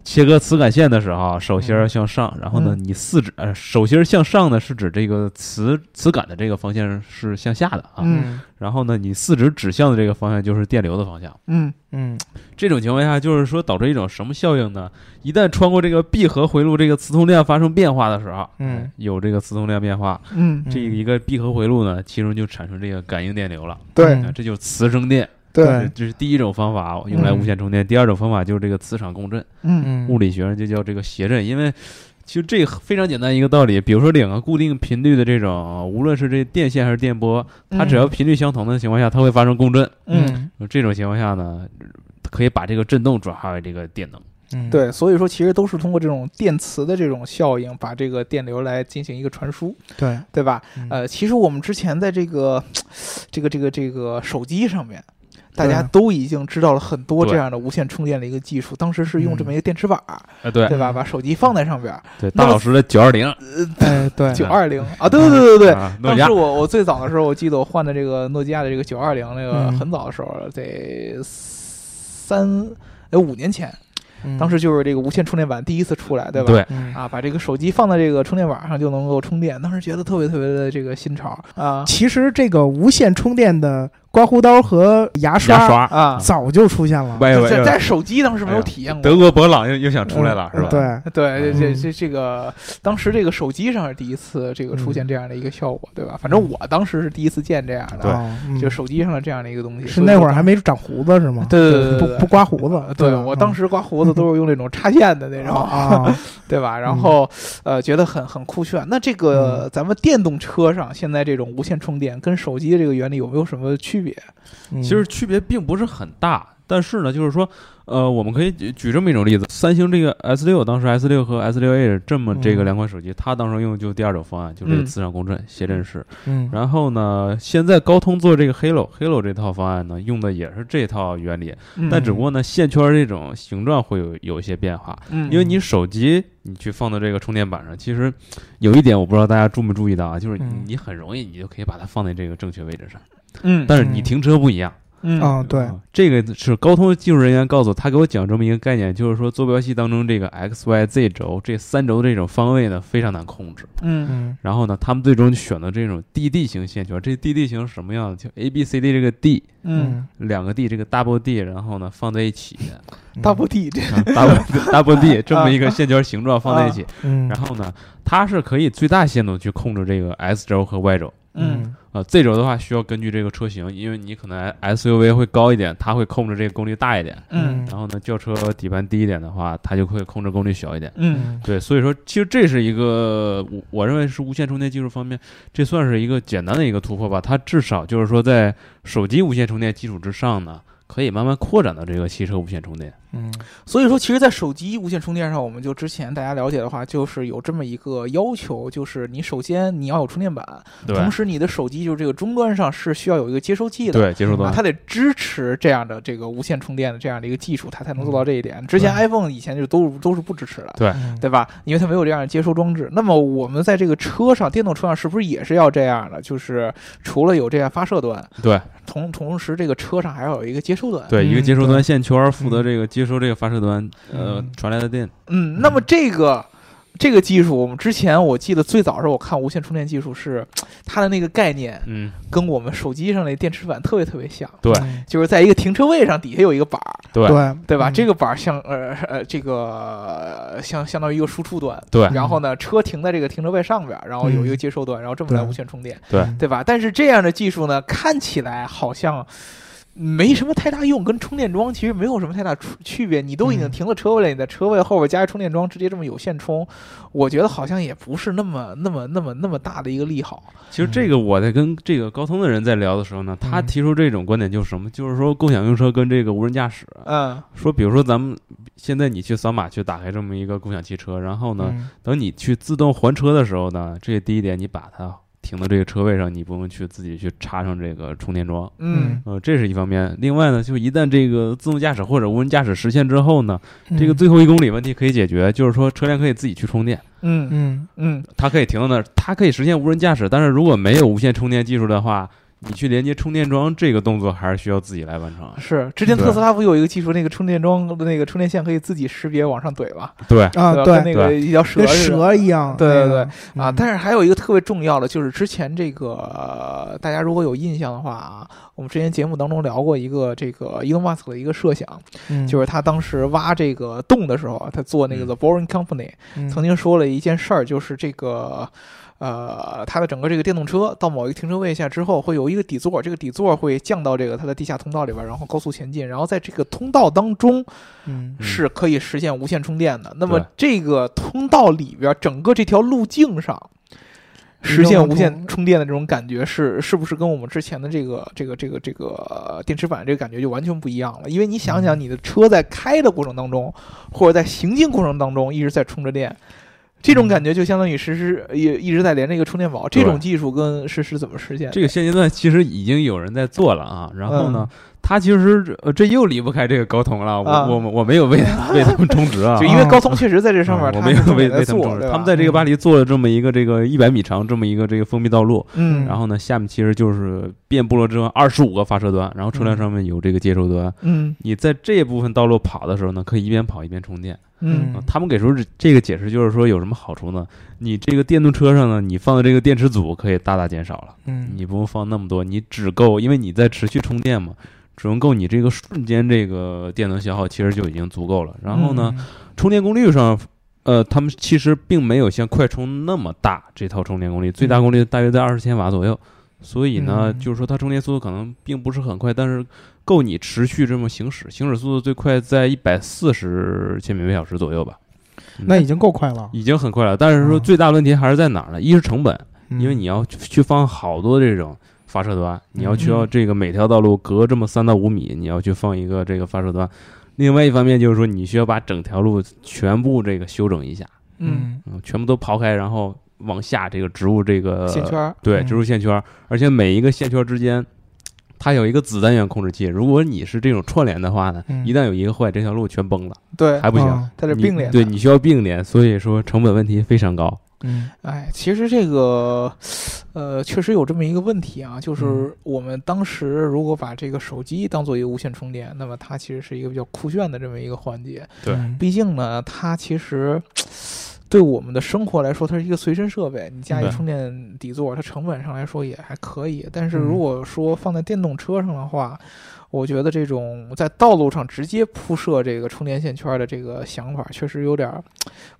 [SPEAKER 2] 切割磁感线的时候，手心
[SPEAKER 1] 嗯
[SPEAKER 2] 儿向上，然后呢，你四指呃手心儿向上呢是指这个磁磁感的这个方向是向下的啊，
[SPEAKER 1] 嗯
[SPEAKER 2] 然后呢，你四指指向的这个方向就是电流的方向。
[SPEAKER 3] 嗯
[SPEAKER 1] 嗯
[SPEAKER 2] 这种情况下，就是说导致一种什么效应呢？一旦穿过这个闭合回路这个磁通量发生变化的时候，
[SPEAKER 1] 嗯，
[SPEAKER 2] 有这个磁通量变化，
[SPEAKER 3] 嗯，
[SPEAKER 2] 这一个闭合回路呢，其中就产生这个感应电流了。
[SPEAKER 3] 对
[SPEAKER 1] 嗯
[SPEAKER 2] 啊，这就是磁生电，
[SPEAKER 3] 对，
[SPEAKER 1] 对，
[SPEAKER 2] 这是第一种方法用来无线充电。第二种方法就是这个磁场共振，
[SPEAKER 3] 嗯
[SPEAKER 1] 嗯
[SPEAKER 2] 物理学上就叫这个谐振，因为。其实这非常简单一个道理，比如说两个固定频率的这种，无论是这电线还是电波，它只要频率相同的情况下，它会发生共振。
[SPEAKER 1] 嗯
[SPEAKER 2] 这种情况下呢，可以把这个振动转化为这个电能。
[SPEAKER 1] 嗯，
[SPEAKER 3] 对，所以说其实都是通过这种电磁的这种效应，把这个电流来进行一个传输，
[SPEAKER 1] 对，
[SPEAKER 3] 对吧？
[SPEAKER 1] 嗯
[SPEAKER 3] 呃，其实我们之前在这个这个这个这个手机上面。大家
[SPEAKER 1] 对
[SPEAKER 3] 都已经知道了很多
[SPEAKER 2] 对
[SPEAKER 3] 这样的无线充电的一个技术，当时是用这么一个电池板儿，
[SPEAKER 2] 啊，对
[SPEAKER 3] 对吧？
[SPEAKER 1] 嗯
[SPEAKER 3] 把手机放在上边儿，
[SPEAKER 2] 对，
[SPEAKER 3] 那
[SPEAKER 2] 大
[SPEAKER 3] 么
[SPEAKER 2] 老师的九二零，
[SPEAKER 1] 哎对，
[SPEAKER 2] 嗯
[SPEAKER 3] 九二零啊，对对对对对，
[SPEAKER 2] 啊诺
[SPEAKER 3] 当
[SPEAKER 2] 基亚
[SPEAKER 3] 时，我我最早的时候，我记得我换的这个诺基亚的这个九二零，那个
[SPEAKER 1] 嗯
[SPEAKER 3] 很早的时候，得三哎五年前，
[SPEAKER 1] 嗯
[SPEAKER 3] 当时就是这个无线充电板第一次出来，对吧？
[SPEAKER 2] 对，
[SPEAKER 1] 嗯
[SPEAKER 3] 啊，把这个手机放在这个充电板上就能够充电，当时觉得特别特别的这个新潮啊
[SPEAKER 1] 其实这个无线充电的刮胡刀和牙
[SPEAKER 2] 牙
[SPEAKER 1] 刷
[SPEAKER 2] 刷，
[SPEAKER 3] 啊！
[SPEAKER 1] 早就出现了，
[SPEAKER 2] 喂喂
[SPEAKER 3] 在
[SPEAKER 2] 喂
[SPEAKER 3] 在手机当时没有体验过，
[SPEAKER 2] 德国博朗又又想出来了，是吧？
[SPEAKER 1] 嗯对，
[SPEAKER 3] 对，这这
[SPEAKER 1] 嗯
[SPEAKER 3] 这这个，当时这个手机上是第一次这个出现这样的一个效果，对吧？反正我当时是第一次见这样的，啊
[SPEAKER 1] 哦嗯
[SPEAKER 3] 就手机上的这样的一个东西。
[SPEAKER 1] 是
[SPEAKER 3] 所以
[SPEAKER 1] 那
[SPEAKER 3] 说
[SPEAKER 1] 会儿还
[SPEAKER 3] 当
[SPEAKER 1] 没长胡子是吗？
[SPEAKER 3] 对对对对对
[SPEAKER 1] 不不刮胡子
[SPEAKER 3] 呃，对
[SPEAKER 1] 吧
[SPEAKER 3] 我当时刮胡子都是用那种插线的那
[SPEAKER 1] 嗯
[SPEAKER 3] 种，
[SPEAKER 1] 啊，
[SPEAKER 3] 对吧？然后呃，觉得很很酷炫。那这个咱们电动车上现在这种无线充电跟手机的这个原理有没有什么区别？
[SPEAKER 1] 嗯
[SPEAKER 2] 其实区别并不是很大，但是呢，就是说，呃，我们可以举举这么一种例子，三星这个 S 六，当时 S 六和 S 六 A 这么
[SPEAKER 1] 嗯
[SPEAKER 2] 这个两款手机，它当时用的就第二种方案，就是这
[SPEAKER 3] 嗯
[SPEAKER 2] 个磁场共振谐振式。
[SPEAKER 1] 嗯
[SPEAKER 2] 然后呢，现在高通做这个 Halo，Halo 这套方案呢，用的也是这套原理，
[SPEAKER 3] 嗯
[SPEAKER 2] 但只不过呢，线圈这种形状会有有一些变化。
[SPEAKER 3] 嗯
[SPEAKER 2] 因为你手机你去放到这个充电板上，其实有一点我不知道大家注没注意到啊，就是
[SPEAKER 1] 嗯
[SPEAKER 2] 你很容易你就可以把它放在这个正确位置上，
[SPEAKER 3] 嗯
[SPEAKER 2] 但是你
[SPEAKER 1] 嗯
[SPEAKER 2] 停车不一样。
[SPEAKER 3] 嗯
[SPEAKER 1] 啊对
[SPEAKER 2] 啊这个是高通技术人员告诉我他给我讲这么一个概念，就是说坐标系当中这个 x、y、z 轴这三轴这种方位呢非常难控制。
[SPEAKER 3] 嗯
[SPEAKER 1] 嗯
[SPEAKER 2] 然后呢，他们最终选择这种 DD 型线圈，这 DD 型是什么样的？就 A、B、C、D 这个 D
[SPEAKER 3] 嗯
[SPEAKER 2] 两个 D 这个 double D，然后呢放在一起
[SPEAKER 1] 嗯
[SPEAKER 3] 大不地这
[SPEAKER 2] 啊，double double D 这么一个线圈形状放在一起，
[SPEAKER 1] 嗯
[SPEAKER 2] 然后呢，它是可以最大限度去控制这个 S 轴和 Y 轴。
[SPEAKER 3] 嗯
[SPEAKER 2] 呃，Z 轴的话需要根据这个车型，因为你可能 SUV 会高一点，它会控制这个功率大一点。
[SPEAKER 3] 嗯
[SPEAKER 2] 然后呢，轿车底盘低一点的话，它就会控制功率小一点。
[SPEAKER 3] 嗯
[SPEAKER 2] 对，所以说其实这是一个我我认为是无线充电技术方面，这算是一个简单的一个突破吧。它至少就是说在手机无线充电基础之上呢，可以慢慢扩展到这个汽车无线充电。
[SPEAKER 1] 嗯
[SPEAKER 3] 所以说，其实，在手机无线充电上，我们就之前大家了解的话，就是有这么一个要求，就是你首先你要有充电板，
[SPEAKER 2] 对
[SPEAKER 3] 同时你的手机就是这个终端上是需要有一个接收器的，
[SPEAKER 2] 对，接收
[SPEAKER 3] 啊，
[SPEAKER 2] 端
[SPEAKER 3] 它得支持这样的这个无线充电的这样的一个技术，它才能做到这一点。之
[SPEAKER 2] 对
[SPEAKER 3] 前 iPhone 以前就都都是不支持的，
[SPEAKER 2] 对
[SPEAKER 1] 嗯
[SPEAKER 3] 哎对吧？因为它没有这样的接收装置。那么我们在这个车上，电动车上是不是也是要这样的？就是除了有这样发射端，
[SPEAKER 2] 对
[SPEAKER 3] 同同时这个车上还要有一个接收端。
[SPEAKER 2] 对，一个
[SPEAKER 1] 嗯
[SPEAKER 2] 接收
[SPEAKER 1] 对
[SPEAKER 2] 端线圈负责这个接收这个发射端呃
[SPEAKER 1] 嗯
[SPEAKER 2] 传来的电。
[SPEAKER 3] 嗯，那么这个这个技术，我们之前我记得最早时候我看无线充电技术是它的那个概念
[SPEAKER 2] 嗯，
[SPEAKER 3] 跟我们手机上那电池板特别特别像，
[SPEAKER 2] 对
[SPEAKER 1] 嗯
[SPEAKER 3] 就是在一个停车位上底下有一个板儿，
[SPEAKER 2] 对
[SPEAKER 1] 对
[SPEAKER 3] 对吧？这
[SPEAKER 1] 个
[SPEAKER 3] 个板儿像呃呃这个呃相相当于一个输出端，
[SPEAKER 2] 对
[SPEAKER 3] 然后呢车停在这个停车位上边儿，然后有一个
[SPEAKER 1] 嗯
[SPEAKER 3] 接收端，然后这么来
[SPEAKER 1] 对
[SPEAKER 3] 无线充电，
[SPEAKER 2] 对
[SPEAKER 1] 嗯
[SPEAKER 3] 对吧？但是这样的技术呢，看起来好像。没什么太大用，跟充电桩其实没有什么太大出区别。你都已经
[SPEAKER 1] 嗯
[SPEAKER 3] 停了车位了，你在车位后边加一充电桩，直接这么有线充，我觉得好像也不是那么、那么、那么、那么大的一个利好。
[SPEAKER 2] 其实这个我在跟这个高通的人在聊的时候呢，他
[SPEAKER 1] 嗯
[SPEAKER 2] 提出这种观点就是什么？就是说共享用车跟这个无人驾驶，
[SPEAKER 3] 嗯
[SPEAKER 2] 说比如说咱们现在你去扫码去打开这么一个共享汽车，然后呢，
[SPEAKER 1] 嗯
[SPEAKER 2] 等你去自动还车的时候呢，这第一点你把它停到这个车位上，你不用去自己去插上这个充电桩。
[SPEAKER 3] 嗯
[SPEAKER 1] 嗯
[SPEAKER 2] 呃，这是一方面。另外呢，就一旦这个自动驾驶或者无人驾驶实现之后呢，
[SPEAKER 1] 嗯
[SPEAKER 2] 这个最后一公里问题可以解决，就是说车辆可以自己去充电，
[SPEAKER 3] 嗯
[SPEAKER 1] 嗯
[SPEAKER 3] 嗯
[SPEAKER 2] 它可以停到那儿，它可以实现无人驾驶。但是如果没有无线充电技术的话，你去连接充电桩这个动作还是需要自己来完成。
[SPEAKER 3] 是，之前
[SPEAKER 2] 对
[SPEAKER 3] 特斯拉不有一个技术，那个充电桩的那个充电线可以自己识别往上怼吧？
[SPEAKER 2] 对，
[SPEAKER 1] 啊
[SPEAKER 3] 对吧，
[SPEAKER 1] 对，
[SPEAKER 3] 跟那个一条蛇
[SPEAKER 1] 跟
[SPEAKER 3] 似的。
[SPEAKER 1] 蛇一样，
[SPEAKER 3] 对对
[SPEAKER 1] 那个
[SPEAKER 3] 啊，
[SPEAKER 1] 嗯
[SPEAKER 3] 但是还有一个特别重要的，就是之前这个、呃大家如果有印象的话啊，我们之前节目当中聊过一个这个 Elon Musk 的一个设想，
[SPEAKER 1] 嗯
[SPEAKER 3] 就是他当时挖这个洞的时候，啊他做那个
[SPEAKER 2] 嗯
[SPEAKER 3] The Boring Company，、
[SPEAKER 1] 嗯
[SPEAKER 3] 曾经说了一件事儿，就是这个，呃，它的整个这个电动车到某一个停车位下之后，会有一个底座，这个底座会降到这个它的地下通道里边，然后高速前进，然后在这个通道当中
[SPEAKER 1] 嗯
[SPEAKER 2] 嗯
[SPEAKER 3] 是可以实现无线充电的。那么
[SPEAKER 2] 对
[SPEAKER 3] 这个通道里边，整个这条路径上。实
[SPEAKER 1] 移
[SPEAKER 3] 现
[SPEAKER 1] 动
[SPEAKER 3] 无
[SPEAKER 1] 的
[SPEAKER 3] 线
[SPEAKER 1] 通
[SPEAKER 3] 充电的这种感觉是是不是跟我们之前的这个这个这个这个呃电池板这个感觉就完全不一样了？因为你想
[SPEAKER 2] 嗯
[SPEAKER 3] 想，你的车在开的过程当中，或者在行进过程当中一直在充着电，这种感觉就相当于实时也一直在连着一个充电宝。这种技术跟实时怎么实现的？
[SPEAKER 2] 这个现阶段其实已经有人在做了啊，
[SPEAKER 3] 嗯
[SPEAKER 2] 然后呢，他其实呃这又离不开这个高通了，我、
[SPEAKER 3] 啊
[SPEAKER 2] 我们我没有 为为他们充值啊
[SPEAKER 3] 就。因为高通确实在这上面，
[SPEAKER 2] 我
[SPEAKER 3] 它
[SPEAKER 2] 没有
[SPEAKER 3] 自己
[SPEAKER 2] 为
[SPEAKER 3] 在
[SPEAKER 2] 为他们
[SPEAKER 3] 做，
[SPEAKER 2] 充值，
[SPEAKER 3] 对吧
[SPEAKER 2] 他们在这个巴黎做了这么一个这个一百米长这么一个这个封闭道路，
[SPEAKER 3] 嗯，
[SPEAKER 2] 然后呢，下面其实就是遍布了这二十五个发射端，然后车辆上面有这个接收端。
[SPEAKER 3] 嗯
[SPEAKER 2] 你在这部分道路跑的时候呢，可以一边跑一边充电。
[SPEAKER 3] 嗯
[SPEAKER 2] 啊
[SPEAKER 1] 嗯
[SPEAKER 2] 他们给出这这个解释就是说有什么好处呢？你这个电动车上呢，你放的这个电池组可以大大减少了，
[SPEAKER 1] 嗯
[SPEAKER 2] 你不用放那么多，你只够，因为你在持续充电嘛，只能够你这个瞬间这个电能消耗其实就已经足够了。然后
[SPEAKER 1] 嗯
[SPEAKER 2] 呢，充电功率上。呃，他们其实并没有像快充那么大，这套充电功率最大功率大约在二十千瓦左右，所以呢，
[SPEAKER 1] 嗯
[SPEAKER 2] 就是说它充电速度可能并不是很快，但是够你持续这么行驶，行驶速度最快在一百四十千米每小时左右吧，
[SPEAKER 1] 那已经够快了，
[SPEAKER 2] 已经很快了。但是
[SPEAKER 1] 嗯
[SPEAKER 2] 说最大问题还是在哪儿呢？一是成本，
[SPEAKER 1] 嗯
[SPEAKER 2] 因为你要去去放好多这种发射端，你要需要
[SPEAKER 3] 嗯
[SPEAKER 2] 这个每条道路隔这么三到五米，你要去放一个这个发射端。另外一方面就是说，你需要把整条路全部这个修整一下，
[SPEAKER 3] 嗯，
[SPEAKER 2] 嗯，全部都刨开，然后往下这个植入这个
[SPEAKER 3] 线圈，儿，
[SPEAKER 2] 对，
[SPEAKER 1] 嗯
[SPEAKER 2] 植入线圈儿，而且每一个线圈儿之间，它有一个子单元控制器。如果你是这种串联的话呢，
[SPEAKER 1] 嗯
[SPEAKER 2] 一旦有一个坏，这条路全崩了，
[SPEAKER 3] 对，
[SPEAKER 2] 还不行。
[SPEAKER 1] 啊
[SPEAKER 3] 它这
[SPEAKER 2] 你
[SPEAKER 3] 并联的，
[SPEAKER 2] 对你需要并联，所以说成本问题非常高。
[SPEAKER 1] 嗯
[SPEAKER 3] 哎，其实这个，呃，确实有这么一个问题啊，就是
[SPEAKER 1] 嗯
[SPEAKER 3] 我们当时如果把这个手机当做一个无线充电，那么它其实是一个比较酷炫的这么一个环节。
[SPEAKER 2] 对
[SPEAKER 1] 嗯
[SPEAKER 3] 毕竟呢，它其实对我们的生活来说，它是一个随身设备，你加一个
[SPEAKER 2] 对
[SPEAKER 3] 充电底座，它成本上来说也还可以。但是
[SPEAKER 1] 嗯
[SPEAKER 3] 如果说放在电动车上的话，我觉得这种在道路上直接铺设这个充电线圈的这个想法，确实有点儿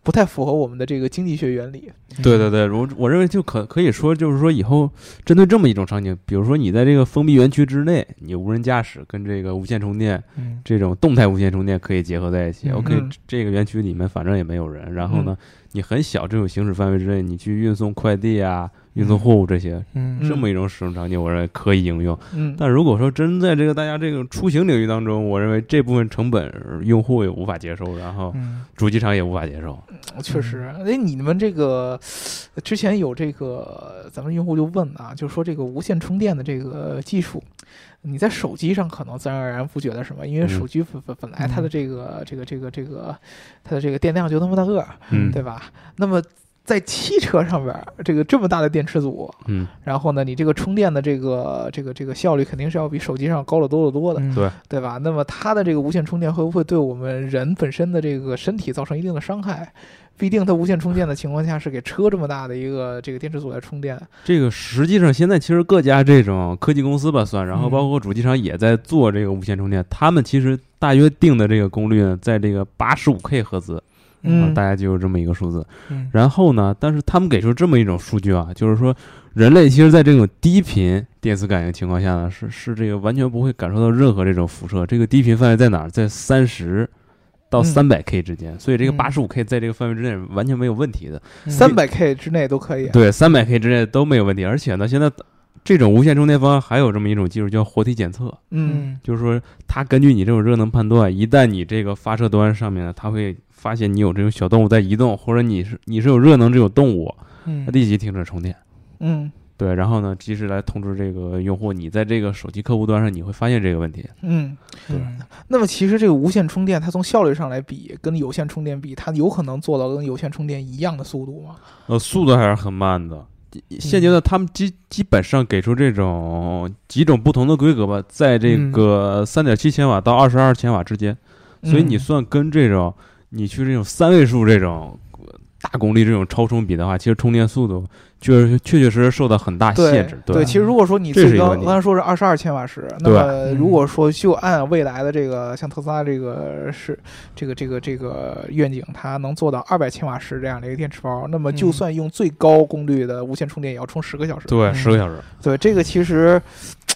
[SPEAKER 3] 不太符合我们的这个经济学原理。
[SPEAKER 1] 嗯
[SPEAKER 2] 对对对，我我认为就可可以说，就是说以后针对这么一种场景，比如说你在这个封闭园区之内，你无人驾驶跟这个无线充电
[SPEAKER 1] 嗯
[SPEAKER 2] 这种动态无线充电可以结合在一起。
[SPEAKER 1] 嗯
[SPEAKER 2] OK，
[SPEAKER 3] 嗯
[SPEAKER 2] 这个园区里面反正也没有人，然后呢，你很小这种行驶范围之内，你去运送快递啊、运送货物这些，
[SPEAKER 1] 嗯
[SPEAKER 2] 这么一种使用场景，我认为可以应用。
[SPEAKER 3] 嗯，
[SPEAKER 2] 但如果说真在这个大家这个出行领域当中，我认为这部分成本呃用户也无法接受，然后
[SPEAKER 1] 嗯
[SPEAKER 2] 主机厂也无法接受。
[SPEAKER 3] 确实，哎，你们这个呃之前有这个，咱们用户就问啊，就说这个无线充电的这个技术，你在手机上可能自然而然不觉得什么，因为
[SPEAKER 2] 嗯
[SPEAKER 3] 手机本本本来它的
[SPEAKER 1] 嗯
[SPEAKER 3] 这个、这个这个这个它的这个电量就那么大个儿，
[SPEAKER 2] 嗯，
[SPEAKER 3] 对吧？那么在汽车上边儿这个这么大的电池组，
[SPEAKER 2] 嗯，
[SPEAKER 3] 然后呢，你这个充电的这个这个这个效率肯定是要比手机上高了多得多的，
[SPEAKER 1] 嗯
[SPEAKER 2] 对
[SPEAKER 3] 对吧？那么它的这个无线充电会不会对我们人本身的这个身体造成一定的伤害？毕竟它无线充电的情况下是给车这么大的一个这个电池组来充电，
[SPEAKER 2] 这个实际上现在其实各家这种科技公司吧算，然后
[SPEAKER 3] 嗯
[SPEAKER 2] 包括主机厂也在做这个无线充电，他们其实大约定的这个功率呢，在这个八十五 K 赫兹，啊
[SPEAKER 3] 嗯
[SPEAKER 2] 大概就有这么一个数字。
[SPEAKER 1] 嗯
[SPEAKER 2] 然后呢，但是他们给出这么一种数据啊，就是说人类其实在这种低频电磁感应情况下呢，是是这个完全不会感受到任何这种辐射。这个低频范围在哪儿？在三十。到
[SPEAKER 3] 嗯
[SPEAKER 2] 三百 K 之间，所以这个
[SPEAKER 3] 嗯
[SPEAKER 2] 八十五 K 在这个范围之内是完全没有问题的。
[SPEAKER 1] 嗯
[SPEAKER 3] 三百 K 之内都可以。
[SPEAKER 2] 对，三百 K 之内都没有问题。而且呢，现在这种无线充电方案还有这么一种技术叫活体检测，
[SPEAKER 3] 嗯，
[SPEAKER 1] 嗯
[SPEAKER 2] 就是说它根据你这种热能判断，一旦你这个发射端上面呢，它会发现你有这种小动物在移动，或者你是你是有热能这种动物，它
[SPEAKER 1] 嗯
[SPEAKER 2] 立即停止充电。
[SPEAKER 3] 嗯
[SPEAKER 2] 对，然后呢，及时来通知这个用户，你在这个手机客户端上你会发现这个问题。
[SPEAKER 3] 嗯。
[SPEAKER 1] 对
[SPEAKER 3] 那么其实这个无线充电，它从效率上来比，跟有线充电比，它有可能做到跟有线充电一样的速度吗？
[SPEAKER 2] 呃，速度还是很慢的。现阶段他们基基本上给出这种几种不同的规格吧，在这个三点七千瓦到二十二千瓦之间，
[SPEAKER 3] 嗯
[SPEAKER 2] 所以你算跟这种你去这种三位数这种呃大功率这种超充比的话，其实充电速度确实确确实实受到很大
[SPEAKER 3] 对
[SPEAKER 2] 限制。对
[SPEAKER 3] 其实如果说你
[SPEAKER 2] 这是
[SPEAKER 3] 最
[SPEAKER 2] 一个
[SPEAKER 3] 高
[SPEAKER 2] 问题
[SPEAKER 3] 刚才说是二十二千瓦时，那
[SPEAKER 2] 对
[SPEAKER 3] 么
[SPEAKER 1] 嗯
[SPEAKER 3] 如果说就按未来的这个像特斯拉这个是这个这个这个愿景，它能做到二百千瓦时这样的一个电池包，那么就
[SPEAKER 1] 嗯
[SPEAKER 3] 算用最高功率的无线充电，也要充十个小时。
[SPEAKER 2] 对，十个小时。
[SPEAKER 3] 对，这个其实，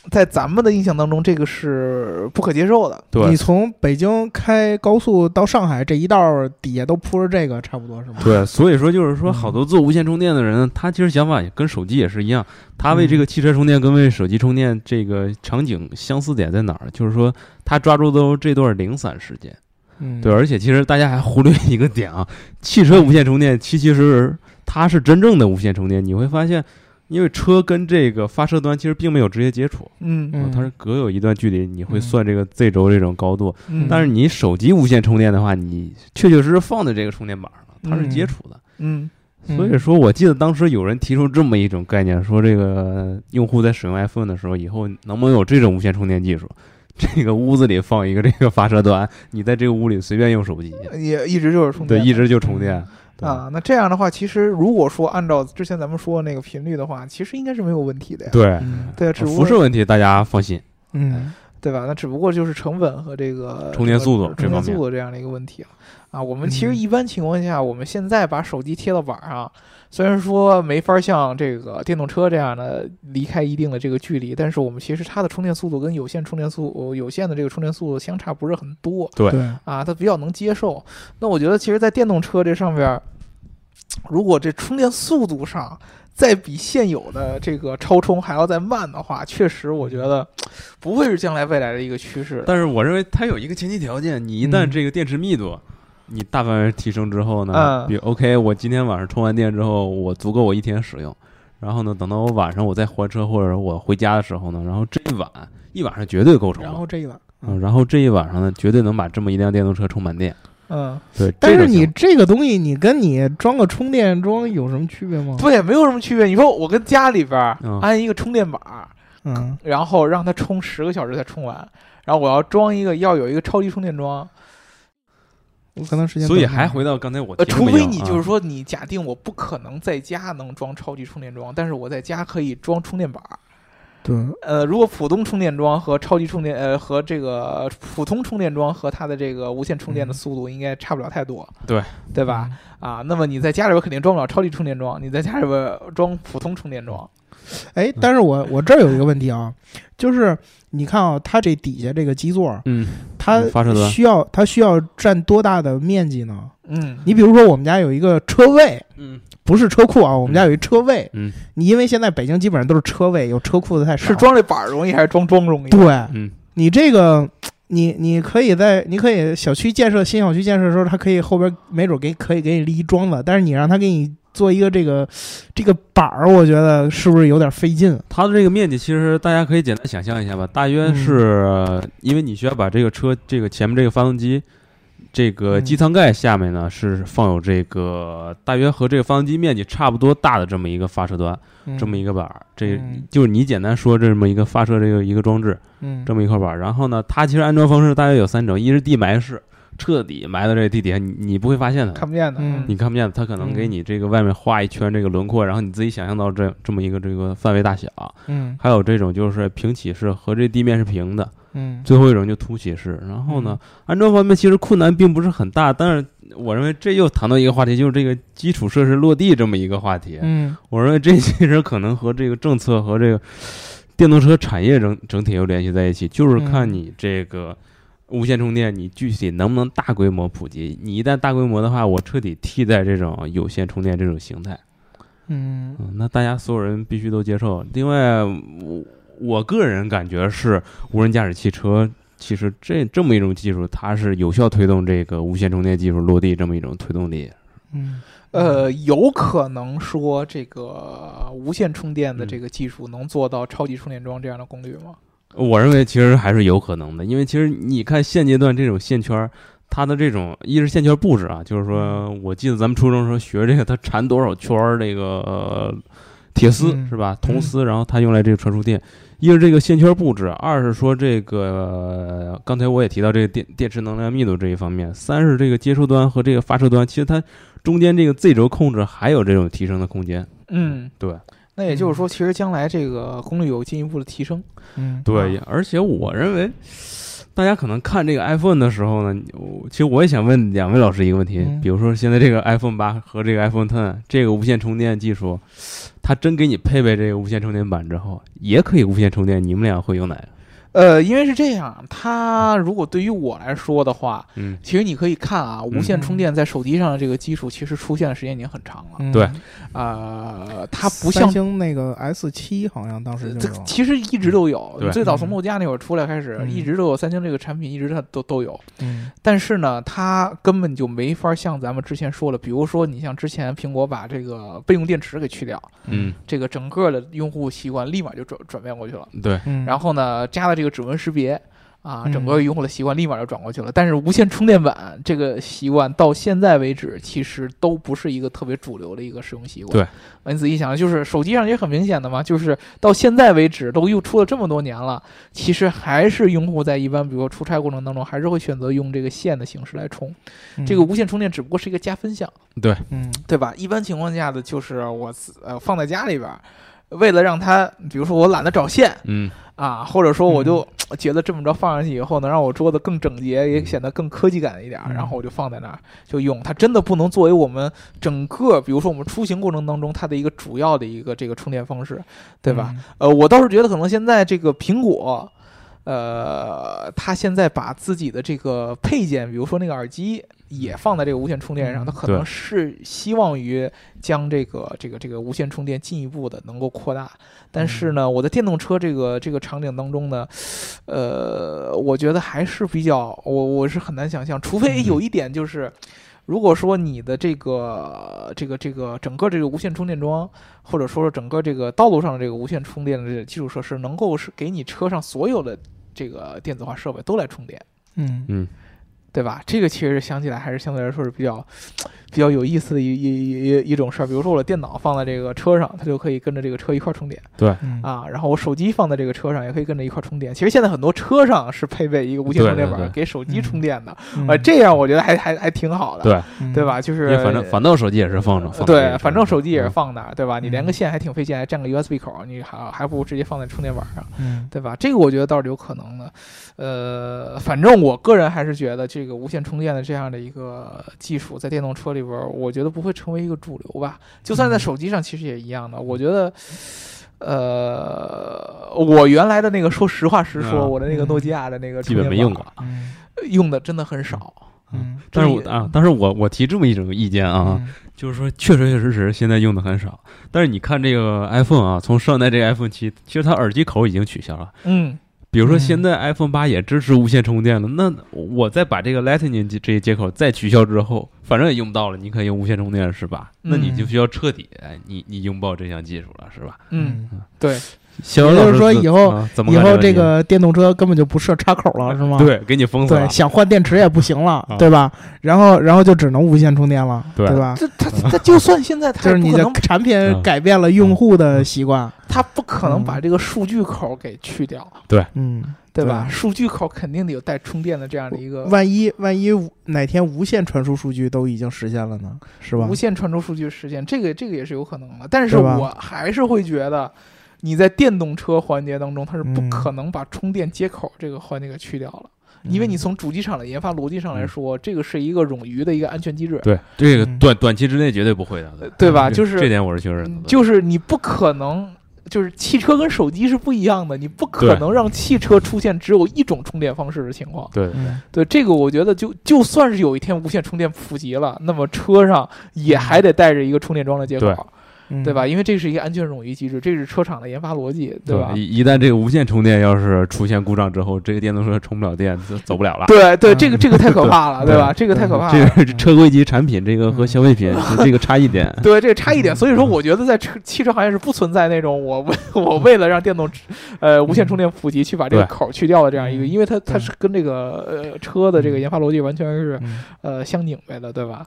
[SPEAKER 3] 在咱们的印象当中，这个是不可接受的。
[SPEAKER 2] 对
[SPEAKER 1] 你从北京开高速到上海这一道儿底下都铺着这个，差不多是吗？
[SPEAKER 2] 对，所以说就是说，
[SPEAKER 1] 嗯
[SPEAKER 2] 好多做无线充电的人，他其实想法也跟手机也是一样，他为这个汽车充电跟为手机充电这个场景相似点在哪儿？就是说，他抓住都是这段零散时间。
[SPEAKER 1] 嗯，
[SPEAKER 2] 对，而且其实大家还忽略一个点啊，汽车无线充电其其实实它是真正的无线充电，你会发现，因为车跟这个发射端其实并没有直接接触。
[SPEAKER 3] 嗯
[SPEAKER 1] 嗯
[SPEAKER 2] 它是隔有一段距离，你会
[SPEAKER 1] 嗯
[SPEAKER 2] 算这个 Z 轴这种高度，
[SPEAKER 3] 嗯，
[SPEAKER 2] 但是你手机无线充电的话，你确确实实放在这个充电板上了，它是接
[SPEAKER 1] 嗯
[SPEAKER 2] 触的。
[SPEAKER 3] 嗯
[SPEAKER 1] 嗯
[SPEAKER 2] 所以说，我记得当时有人提出这么一种概念，说这个用户在使用 iPhone 的时候，以后能不能有这种无线充电技术？这个屋子里放一个这个发射端，你在这个屋里随便用手机，
[SPEAKER 3] 也一直就是充
[SPEAKER 2] 对，
[SPEAKER 3] 电的，
[SPEAKER 2] 一直就充电。对，
[SPEAKER 3] 啊。那这样的话，其实如果说按照之前咱们说的那个频率的话，其实应该是没有问题的呀。
[SPEAKER 2] 对，
[SPEAKER 1] 嗯
[SPEAKER 3] 对啊，只不
[SPEAKER 2] 辐
[SPEAKER 3] 过
[SPEAKER 2] 射问题大家放心。
[SPEAKER 1] 嗯
[SPEAKER 3] 对吧？那只不过就是成本和这个
[SPEAKER 2] 充电速度
[SPEAKER 3] 这个
[SPEAKER 2] 这方
[SPEAKER 3] 充电
[SPEAKER 2] 面
[SPEAKER 3] 速度这样的一个问题了。啊，我
[SPEAKER 1] 嗯
[SPEAKER 3] 们其实一般情况下，我们现在把手机贴到板上，虽然说没法像这个电动车这样的离开一定的这个距离，但是我们其实它的充电速度跟有线充电速有线的这个充电速度相差不是很多。
[SPEAKER 2] 对
[SPEAKER 1] 对，
[SPEAKER 3] 啊，它比较能接受。那我觉得，其实，在电动车这上边儿，如果这充电速度上再比现有的这个超充还要再慢的话，确实我觉得不会是将来未来的一个趋势。
[SPEAKER 2] 但是我认为它有一个前提条件，你一旦
[SPEAKER 1] 嗯
[SPEAKER 2] 这个电池密度。你大范围提升之后呢
[SPEAKER 3] 嗯，
[SPEAKER 2] 比如 OK，我今天晚上充完电之后，我足够我一天使用。然后呢，等到我晚上我再还车或者我回家的时候呢，然后这一晚一晚上绝对够充
[SPEAKER 1] 然
[SPEAKER 2] 了。
[SPEAKER 1] 后这一碗，
[SPEAKER 2] 嗯，然后这一晚上呢，绝对能把这么一辆电动车充满电。
[SPEAKER 3] 嗯，
[SPEAKER 2] 对，
[SPEAKER 1] 但
[SPEAKER 2] 这
[SPEAKER 1] 是
[SPEAKER 2] 种
[SPEAKER 1] 你
[SPEAKER 2] 情
[SPEAKER 1] 这个东西，你跟你装个充电桩有什么区别吗？
[SPEAKER 3] 对，没有什么区别。你说我跟家里边儿
[SPEAKER 2] 嗯
[SPEAKER 3] 安一个充电板儿，
[SPEAKER 1] 嗯，
[SPEAKER 3] 然后让它充十个小时才充完，然后我要装一个要有一个超级充电桩，
[SPEAKER 1] 我可能时间
[SPEAKER 2] 况，所以还回到刚才我
[SPEAKER 3] 呃，
[SPEAKER 2] 提的
[SPEAKER 3] 除
[SPEAKER 2] 那
[SPEAKER 3] 非
[SPEAKER 2] 样
[SPEAKER 3] 你
[SPEAKER 2] 啊
[SPEAKER 3] 就是说，你假定我不可能在家能装超级充电桩，但是我在家可以装充电板儿。
[SPEAKER 1] 对，
[SPEAKER 3] 呃，如果普通充电桩和超级充电呃和这个普通充电桩和它的这个无线充电
[SPEAKER 1] 嗯
[SPEAKER 3] 的速度应该差不了太多，
[SPEAKER 2] 对
[SPEAKER 3] 对吧？？啊，那么你在家里边肯定装不了超级充电桩，你在家里边装普通充电桩，
[SPEAKER 2] 嗯
[SPEAKER 1] 哎，但是我我这儿有一个问题啊，就是你看啊，它这底下这个基座，
[SPEAKER 2] 嗯，
[SPEAKER 1] 它
[SPEAKER 2] 发射端
[SPEAKER 1] 需要它需要占多大的面积呢？
[SPEAKER 3] 嗯，
[SPEAKER 1] 你比如说，我们家有一个车位，
[SPEAKER 2] 嗯，
[SPEAKER 1] 不是车库啊，我们家有一车位。
[SPEAKER 2] 嗯，
[SPEAKER 1] 你因为现在北京基本上都是车位，有车库的太少。
[SPEAKER 3] 是装这板儿容易还是装桩容易？
[SPEAKER 1] 对
[SPEAKER 2] 嗯，
[SPEAKER 1] 你这个，你你可以在你可以小区建设新小区建设的时候，它可以后边没准给可以给你立一桩子，但是你让它给你做一个这个这个板儿，我觉得是不是有点费劲？
[SPEAKER 2] 它的这个面积其实大家可以简单
[SPEAKER 3] 嗯
[SPEAKER 2] 想象一下吧，大约是、因为你需要把这个车这个前面这个发动机这个
[SPEAKER 1] 嗯
[SPEAKER 2] 机舱盖下面
[SPEAKER 3] 嗯
[SPEAKER 2] 呢是放有这个大约和这个发动机面积差不多大的这么一个发射端，嗯
[SPEAKER 3] 嗯
[SPEAKER 2] 这么一个板儿，这
[SPEAKER 1] 嗯
[SPEAKER 2] 就是你简单说这么一个发射这个一个装置，
[SPEAKER 1] 嗯
[SPEAKER 2] 这么一块板儿。然后呢，它其实安装方式大约有三种，一是地埋式，彻底埋到这个地底下，你你不会发现它，
[SPEAKER 3] 看不嗯见的，
[SPEAKER 1] 嗯
[SPEAKER 2] 你看不见它，它可能给你这个外面画一圈这个轮廓，然后你自己想象到这这么一个这个范围大小。
[SPEAKER 1] 嗯
[SPEAKER 2] 还有这种就是平起式和这地面是平的，
[SPEAKER 1] 嗯
[SPEAKER 2] 最后一种就凸起式。然后呢，安装方面其实困难并不是很大，但是我认为这又谈到一个话题，就是这个基础设施落地这么一个话题。
[SPEAKER 1] 嗯
[SPEAKER 2] 我认为这其实可能和这个政策和这个电动车产业整整体又联系在一起，就是看你这个无线充电你具体能不能大规模普及。你一旦大规模的话，我彻底替代这种有线充电这种形态，
[SPEAKER 1] 嗯
[SPEAKER 2] 嗯，那大家所有人必须都接受。另外，我我个人感觉是无人驾驶汽车。其实这这么一种技术，它是有效推动这个无线充电技术落地这么一种推动力。
[SPEAKER 1] 嗯
[SPEAKER 3] 呃，有可能说这个无线充电的这
[SPEAKER 1] 嗯
[SPEAKER 3] 个技术能做到超级充电桩这样的功率吗？
[SPEAKER 2] 我认为其实还是有可能的，因为其实你看现阶段这种线圈儿，它的这种一是线圈布置啊，就是说
[SPEAKER 1] 嗯
[SPEAKER 2] 我记得咱们初中时候学这个，它缠多少圈儿这个、呃、铁丝、
[SPEAKER 1] 嗯
[SPEAKER 2] 是吧？铜丝，然后它用来这个传输电。一是这个线圈布置，二是说这个、呃刚才我也提到这个电电池能量密度这一方面，三是这个接收端和这个发射端，其实它中间这个 Z 轴控制还有这种提升的空间。
[SPEAKER 3] 嗯，
[SPEAKER 2] 对，
[SPEAKER 3] 那也就是说，其实将来这个功率有进一步的提升。
[SPEAKER 1] 嗯
[SPEAKER 2] 对，而且我认为，大家可能看这个 iPhone 的时候呢，你我其实我也想问两位老师一个问题，
[SPEAKER 1] 嗯
[SPEAKER 2] 比如说现在这个 iPhone 八和这个 iPhone Ten 这个无线充电技术，它真给你配备这个无线充电板之后，也可以无线充电，你们俩会用哪个？
[SPEAKER 3] 呃，因为是这样，它如果对于我来说的话，
[SPEAKER 2] 嗯，
[SPEAKER 3] 其实你可以看啊，无线
[SPEAKER 1] 嗯
[SPEAKER 3] 充电在手机上的这个技术其实出现的时间已经很长了。
[SPEAKER 1] 嗯
[SPEAKER 2] 对
[SPEAKER 3] 呃，它不
[SPEAKER 1] 三
[SPEAKER 3] 像
[SPEAKER 1] 星那个 S 七好像当时就
[SPEAKER 3] 这
[SPEAKER 1] 有
[SPEAKER 3] 其实一直都有
[SPEAKER 2] 对，
[SPEAKER 3] 最早从
[SPEAKER 1] 嗯
[SPEAKER 3] 诺基亚那会儿出来开始，
[SPEAKER 1] 嗯
[SPEAKER 3] 一直都有三星这个产品，一直它都都有。
[SPEAKER 1] 嗯
[SPEAKER 3] 但是呢，它根本就没法像咱们之前说的，比如说你像之前苹果把这个备用电池给去掉，
[SPEAKER 2] 嗯，
[SPEAKER 3] 这个整个的用户习惯立马就转转变过去了。
[SPEAKER 2] 对，
[SPEAKER 1] 嗯，
[SPEAKER 3] 然
[SPEAKER 1] 后
[SPEAKER 3] 后呢，加了这个指纹识别啊，
[SPEAKER 1] 嗯
[SPEAKER 3] 整个用户的习惯立马就转过去了。但是无线充电板这个习惯到现在为止，其实都不是一个特别主流的一个使用习惯。
[SPEAKER 2] 对
[SPEAKER 3] 啊，你仔细想，就是手机上也很明显的嘛，就是到现在为止都又出了这么多年了，其实还是用户在一般比如说出差过程当中，还是会选择用这个线的形式来充。这个无线充电只不过是一个加分项。
[SPEAKER 1] 嗯
[SPEAKER 3] 对吧？一般情况下的就是我自呃放在家里边儿，为了让它，比如说我懒得找线
[SPEAKER 2] 嗯，
[SPEAKER 3] 啊，或者说我就觉得这么着放上去以后能让我桌子更整洁，也显得更科技感一点儿，
[SPEAKER 1] 嗯
[SPEAKER 3] 然后我就放在那儿就用。它真的不能作为我们整个，比如说我们出行过程当中它的一个主要的一个这个充电方式，对吧？？呃，我倒是觉得可能现在这个苹果，呃，它现在把自己的这个配件，比如说那个耳机，也放在这个无线充电上，它可
[SPEAKER 2] 嗯对
[SPEAKER 3] 能是希望于将这个这个这个无线充电进一步的能够扩大。但
[SPEAKER 2] 嗯
[SPEAKER 3] 是呢，我在电动车这个这个场景当中呢，呃，我觉得还是比较，我我是很难想象，除非
[SPEAKER 2] 嗯
[SPEAKER 3] 有一点就是。如果说你的这个这个这个整个这个无线充电桩，或者说是整个这个道路上的这个无线充电的这个基础设施，能够是给你车上所有的这个电子化设备都来充电，
[SPEAKER 1] 嗯
[SPEAKER 2] 嗯，
[SPEAKER 3] 对吧？这个其实想起来还是相对来说是比较比较有意思的一一一一一种事儿。比如说我的电脑放在这个车上，它就可以跟着这个车一块儿充电
[SPEAKER 1] 嗯，
[SPEAKER 3] 啊。然后我手机放在这个车上，也可以跟着一块儿充电。其实现在很多车上是配备一个无线
[SPEAKER 2] 对
[SPEAKER 3] 充电
[SPEAKER 2] 对对
[SPEAKER 3] 板给手
[SPEAKER 1] 嗯
[SPEAKER 3] 机充电的，
[SPEAKER 1] 嗯
[SPEAKER 3] 呃，这样我觉得还还还挺好的，
[SPEAKER 2] 对
[SPEAKER 3] 对？吧？就是
[SPEAKER 2] 因为反正反倒手机也是放着，放着也
[SPEAKER 3] 对，
[SPEAKER 2] 是
[SPEAKER 3] 反正手机也是
[SPEAKER 2] 嗯
[SPEAKER 3] 放那儿，对吧？你连个
[SPEAKER 1] 嗯
[SPEAKER 3] 线还挺费劲，还占个 USB 口，你还还不如直接放在充电板上，
[SPEAKER 1] 嗯
[SPEAKER 3] 对吧？这个我觉得倒是有可能的。呃，反正我个人还是觉得这个无线充电的这样的一个技术，在电动车里边儿，我觉得不会成为一个主流吧。就算在
[SPEAKER 1] 嗯
[SPEAKER 3] 手机上，其实也一样的。我觉得。呃，我原来的那个，说实话实说，
[SPEAKER 2] 嗯
[SPEAKER 3] 我的那个诺基亚的那个
[SPEAKER 2] 基本
[SPEAKER 3] 充电
[SPEAKER 2] 没用
[SPEAKER 3] 宝，
[SPEAKER 1] 嗯
[SPEAKER 3] 用的真的很少。
[SPEAKER 1] 嗯
[SPEAKER 2] 但是我
[SPEAKER 3] 这
[SPEAKER 2] 啊，但是我我提这么一种意见啊，就是说，确确实实现在用的很少。但是你看这个 iPhone 啊，从上代这个 iPhone 七，其实它耳机口已经取消了。
[SPEAKER 3] 嗯
[SPEAKER 2] 比如说
[SPEAKER 1] 嗯
[SPEAKER 2] 现在 iPhone 八也支持无线充电了，那我再把这个 Lightning 这这一接口再取消之后，反正也用不到了，你可以用无线充电了是吧？那你
[SPEAKER 1] 嗯
[SPEAKER 2] 就需要彻底，哎你你拥抱这项技术了是吧？
[SPEAKER 1] 啊
[SPEAKER 3] 嗯，对，
[SPEAKER 2] 小姚老
[SPEAKER 1] 也就
[SPEAKER 2] 师
[SPEAKER 1] 是说
[SPEAKER 2] 怎
[SPEAKER 1] 以后
[SPEAKER 2] 啊怎么
[SPEAKER 1] 以
[SPEAKER 2] 看
[SPEAKER 1] 后
[SPEAKER 2] 这
[SPEAKER 1] 这个电动车根本就不设插口了，是吗？
[SPEAKER 2] 问题对给你封死
[SPEAKER 1] 对，
[SPEAKER 2] 了，
[SPEAKER 1] 想换电池也不行了
[SPEAKER 2] 啊，
[SPEAKER 1] 对吧？然后然后就只能无线充电了，
[SPEAKER 2] 对嗯
[SPEAKER 1] 对吧？
[SPEAKER 3] 这 他他就算现在他
[SPEAKER 1] 就是
[SPEAKER 3] 也
[SPEAKER 1] 你
[SPEAKER 3] 不
[SPEAKER 1] 的
[SPEAKER 3] 可能，
[SPEAKER 1] 产品改变了用户的习惯，
[SPEAKER 3] 他不可能
[SPEAKER 1] 嗯
[SPEAKER 3] 把这个数据口给去掉，
[SPEAKER 1] 嗯，
[SPEAKER 3] 对
[SPEAKER 1] 对
[SPEAKER 3] 吧？数据口肯定得有带充电的这样的一个
[SPEAKER 1] 万一万一无哪天无线传输数据都已经实现了呢，是吧
[SPEAKER 3] 无？线传输数据实现，这个这个也是有可能的。但是
[SPEAKER 1] 对吧
[SPEAKER 3] 我还是会觉得，你在电动车环节当中，它是不
[SPEAKER 1] 嗯
[SPEAKER 3] 可能把充电接口这个环节给去掉了，
[SPEAKER 1] 嗯
[SPEAKER 3] 因为你从主机厂的研发逻辑上来说，这个是一个冗余的一个安全机制。
[SPEAKER 2] 对这个
[SPEAKER 1] 嗯
[SPEAKER 2] 短短期之内绝对不会的，对
[SPEAKER 3] 对吧
[SPEAKER 2] 这
[SPEAKER 3] 就是
[SPEAKER 2] 这点我是确认
[SPEAKER 3] 嗯
[SPEAKER 2] 的，
[SPEAKER 3] 就是你不可能，就是汽车跟手机是不一样的，你不可
[SPEAKER 2] 对
[SPEAKER 3] 能让汽车出现只有一种充电方式的情况。
[SPEAKER 2] 对
[SPEAKER 1] 嗯
[SPEAKER 3] 对这个，我觉得就就算是有一天无线充电普及了，那么车上也还得带着一个充电桩的接口
[SPEAKER 2] 嗯对。
[SPEAKER 1] 嗯
[SPEAKER 3] 对吧？？因为这是一个安全冗余机制，这是车厂的研发逻辑，
[SPEAKER 2] 对
[SPEAKER 3] 吧？
[SPEAKER 2] 一一旦这个无线充电要是出现故障之后，这个电动车充不了电，就走不了了。
[SPEAKER 3] 对对，
[SPEAKER 1] 嗯
[SPEAKER 3] 这个这个太可怕了，
[SPEAKER 2] 对嗯
[SPEAKER 3] 吧？这个太可怕
[SPEAKER 2] 这
[SPEAKER 3] 了。
[SPEAKER 2] 个是车规级产品，这个
[SPEAKER 3] 嗯
[SPEAKER 2] 和消费 品是这个差异点。
[SPEAKER 3] 对，这个差异点，所以
[SPEAKER 2] 嗯
[SPEAKER 3] 说我觉得在车汽车行业是不存在那种我为 我为了让电动车呃无线充电普及去把这个
[SPEAKER 2] 嗯对
[SPEAKER 3] 口去掉的这样一个，
[SPEAKER 1] 嗯
[SPEAKER 3] 因为它它
[SPEAKER 1] 对
[SPEAKER 3] 是跟这个呃车的这个
[SPEAKER 2] 嗯
[SPEAKER 3] 研发逻辑完全是
[SPEAKER 1] 嗯
[SPEAKER 3] 呃相拧掰的，对吧？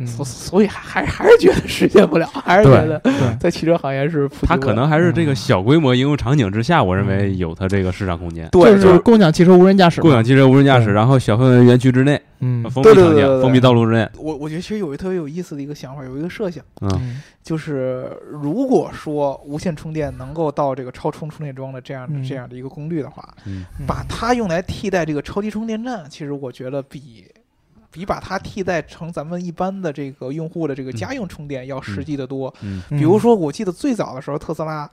[SPEAKER 1] 嗯
[SPEAKER 3] 所所以还还还是觉得实现不了，还是觉
[SPEAKER 2] 对
[SPEAKER 3] 得
[SPEAKER 1] 对
[SPEAKER 3] 在汽车行业是普及
[SPEAKER 2] 它
[SPEAKER 3] 不
[SPEAKER 2] 可
[SPEAKER 3] 了
[SPEAKER 2] 能还是
[SPEAKER 3] 嗯
[SPEAKER 2] 这个小规模应用场景之下，我认为有它这个市场空间。
[SPEAKER 3] 对，
[SPEAKER 1] 就是共享汽车无人驾驶嘛，
[SPEAKER 2] 共享啊汽车无人驾驶，
[SPEAKER 1] 对
[SPEAKER 2] 然后小范围园区之内，
[SPEAKER 1] 嗯
[SPEAKER 2] 封闭
[SPEAKER 3] 对对
[SPEAKER 2] 场
[SPEAKER 3] 对对
[SPEAKER 2] 景、
[SPEAKER 3] 对
[SPEAKER 2] 封闭道路之内，
[SPEAKER 3] 我我觉得其实有一个特别有意思的一个想法，有一个设想。
[SPEAKER 2] 嗯，
[SPEAKER 1] 嗯
[SPEAKER 3] 就是如果说无线充电能够到这个超充充电桩的这样的、
[SPEAKER 1] 嗯
[SPEAKER 3] 这样的一个功率的话，
[SPEAKER 2] 嗯
[SPEAKER 3] 把它用来替代这个超级充电站，其实我觉得比比把它替代成咱们一般的这个用户的这个家用充电要实际的多。
[SPEAKER 2] 嗯，
[SPEAKER 1] 嗯
[SPEAKER 3] 比如说，我记得最早的时候，特斯拉。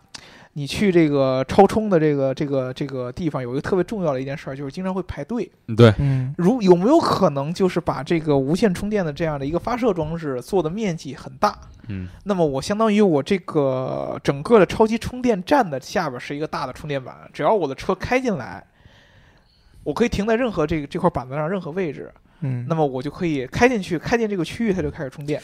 [SPEAKER 3] 你去这个超充的这个这个这个地方，有一个特别重要的一件事儿，就是经常会排队。
[SPEAKER 2] 对，
[SPEAKER 1] 嗯
[SPEAKER 3] 如有没有可能，就是把这个无线充电的这样的一个发射装置做的面积很大，
[SPEAKER 2] 嗯，
[SPEAKER 3] 那么我相当于我这个整个的超级充电站的下边是一个大的充电板，只要我的车开进来，我可以停在任何这个这块板子上任何位置，
[SPEAKER 1] 嗯，
[SPEAKER 3] 那么我就可以开进去，开进这个区域它就开始充电。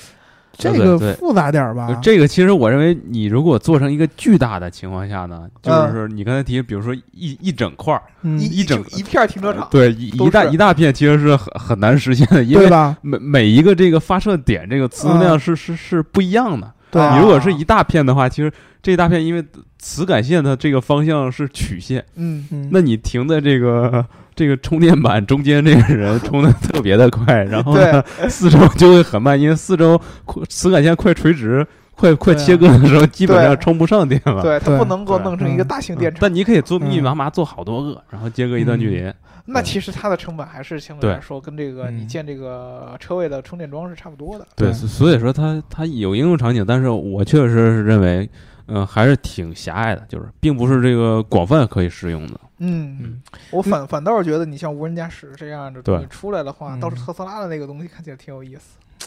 [SPEAKER 1] 这
[SPEAKER 2] 对
[SPEAKER 1] 个
[SPEAKER 2] 对
[SPEAKER 1] 复杂点儿吧？
[SPEAKER 2] 这个其实我认为，你如果做成一个巨大的情况下呢，就
[SPEAKER 3] 嗯
[SPEAKER 2] 是你刚才提，比如说一一整块儿，
[SPEAKER 1] 嗯
[SPEAKER 3] 一
[SPEAKER 2] 一整
[SPEAKER 3] 就一片停车场，
[SPEAKER 2] 对，一
[SPEAKER 3] 都
[SPEAKER 2] 一大
[SPEAKER 3] 是
[SPEAKER 2] 一大片其实是很很难实现的，因
[SPEAKER 1] 对
[SPEAKER 2] 为
[SPEAKER 1] 吧？
[SPEAKER 2] 每每一个这个发射点这个磁能量
[SPEAKER 1] 嗯
[SPEAKER 2] 是是是不一样的。
[SPEAKER 1] 对
[SPEAKER 3] 啊
[SPEAKER 2] 你如果是一大片的话，其实这一大片因为磁感线它这个方向是曲线，
[SPEAKER 3] 嗯，
[SPEAKER 1] 嗯
[SPEAKER 2] 那你停在这个这个充电板中间，这个人充的特别的快，然后呢 四周就会很慢，因为四周快磁感线快垂直、快快
[SPEAKER 1] 对啊
[SPEAKER 2] 切割的时候，基本
[SPEAKER 3] 对
[SPEAKER 2] 上充不上电了。
[SPEAKER 3] 对，它
[SPEAKER 1] 对
[SPEAKER 3] 不能够
[SPEAKER 2] 对
[SPEAKER 3] 弄成一个
[SPEAKER 1] 嗯
[SPEAKER 3] 大型
[SPEAKER 2] 嗯
[SPEAKER 3] 电池，嗯
[SPEAKER 2] 但你可以做密密
[SPEAKER 1] 嗯
[SPEAKER 2] 麻麻做好多个，然后间隔一段距离。
[SPEAKER 3] 那
[SPEAKER 2] 对
[SPEAKER 3] 其实它的成本还是相对
[SPEAKER 2] 对
[SPEAKER 3] 来说跟这个你
[SPEAKER 1] 嗯
[SPEAKER 3] 建这个车位的充电桩是差不多的。
[SPEAKER 1] 对
[SPEAKER 2] 对，所所以说它它有应用场景，但是我确实是认为，嗯、还是挺狭隘的，就是并不是这个广泛可以适用的。
[SPEAKER 3] 嗯
[SPEAKER 2] 嗯，
[SPEAKER 3] 我反反倒是觉得你像无人驾驶这样的东西
[SPEAKER 2] 对
[SPEAKER 3] 出来的话，
[SPEAKER 1] 嗯
[SPEAKER 3] 倒是特斯拉的那个东西看起来挺有意思。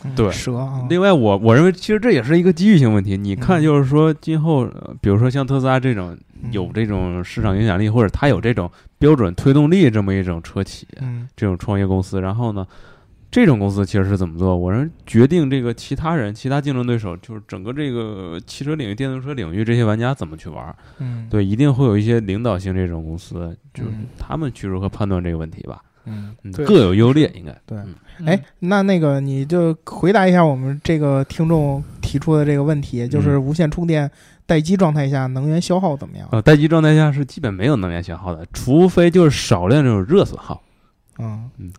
[SPEAKER 1] 嗯
[SPEAKER 2] 对
[SPEAKER 1] 蛇啊，
[SPEAKER 2] 另外我，我认为其实这也是一个机遇性问题。你看，
[SPEAKER 1] 嗯
[SPEAKER 2] 就是说今后，呃比如说像特斯拉这种
[SPEAKER 1] 嗯
[SPEAKER 2] 有这种市场影响力，或者它有这种标准推动力这么一种车企，
[SPEAKER 1] 嗯
[SPEAKER 2] 这种创业公司，然后呢，这种公司其实是怎么做？我认为决定这个其他人、其他竞争对手，就是整个这个汽车领域、电动车领域这些玩家怎么去玩。
[SPEAKER 1] 嗯
[SPEAKER 2] 对，一定会有一些领导性这种公司，就是
[SPEAKER 1] 嗯
[SPEAKER 2] 他们去如何判断这个问题吧，
[SPEAKER 1] 嗯
[SPEAKER 2] 嗯
[SPEAKER 3] 对
[SPEAKER 2] 各有优劣，应该
[SPEAKER 1] 对。
[SPEAKER 2] 嗯
[SPEAKER 1] 哎，那那个你就回答一下我们这个听众提出的这个问题，就是无线充电待机状态下能源消耗怎么样？
[SPEAKER 2] 嗯呃，待机状态下是基本没有能源消耗的，除非就是少量这种热损耗。
[SPEAKER 1] 嗯
[SPEAKER 2] 嗯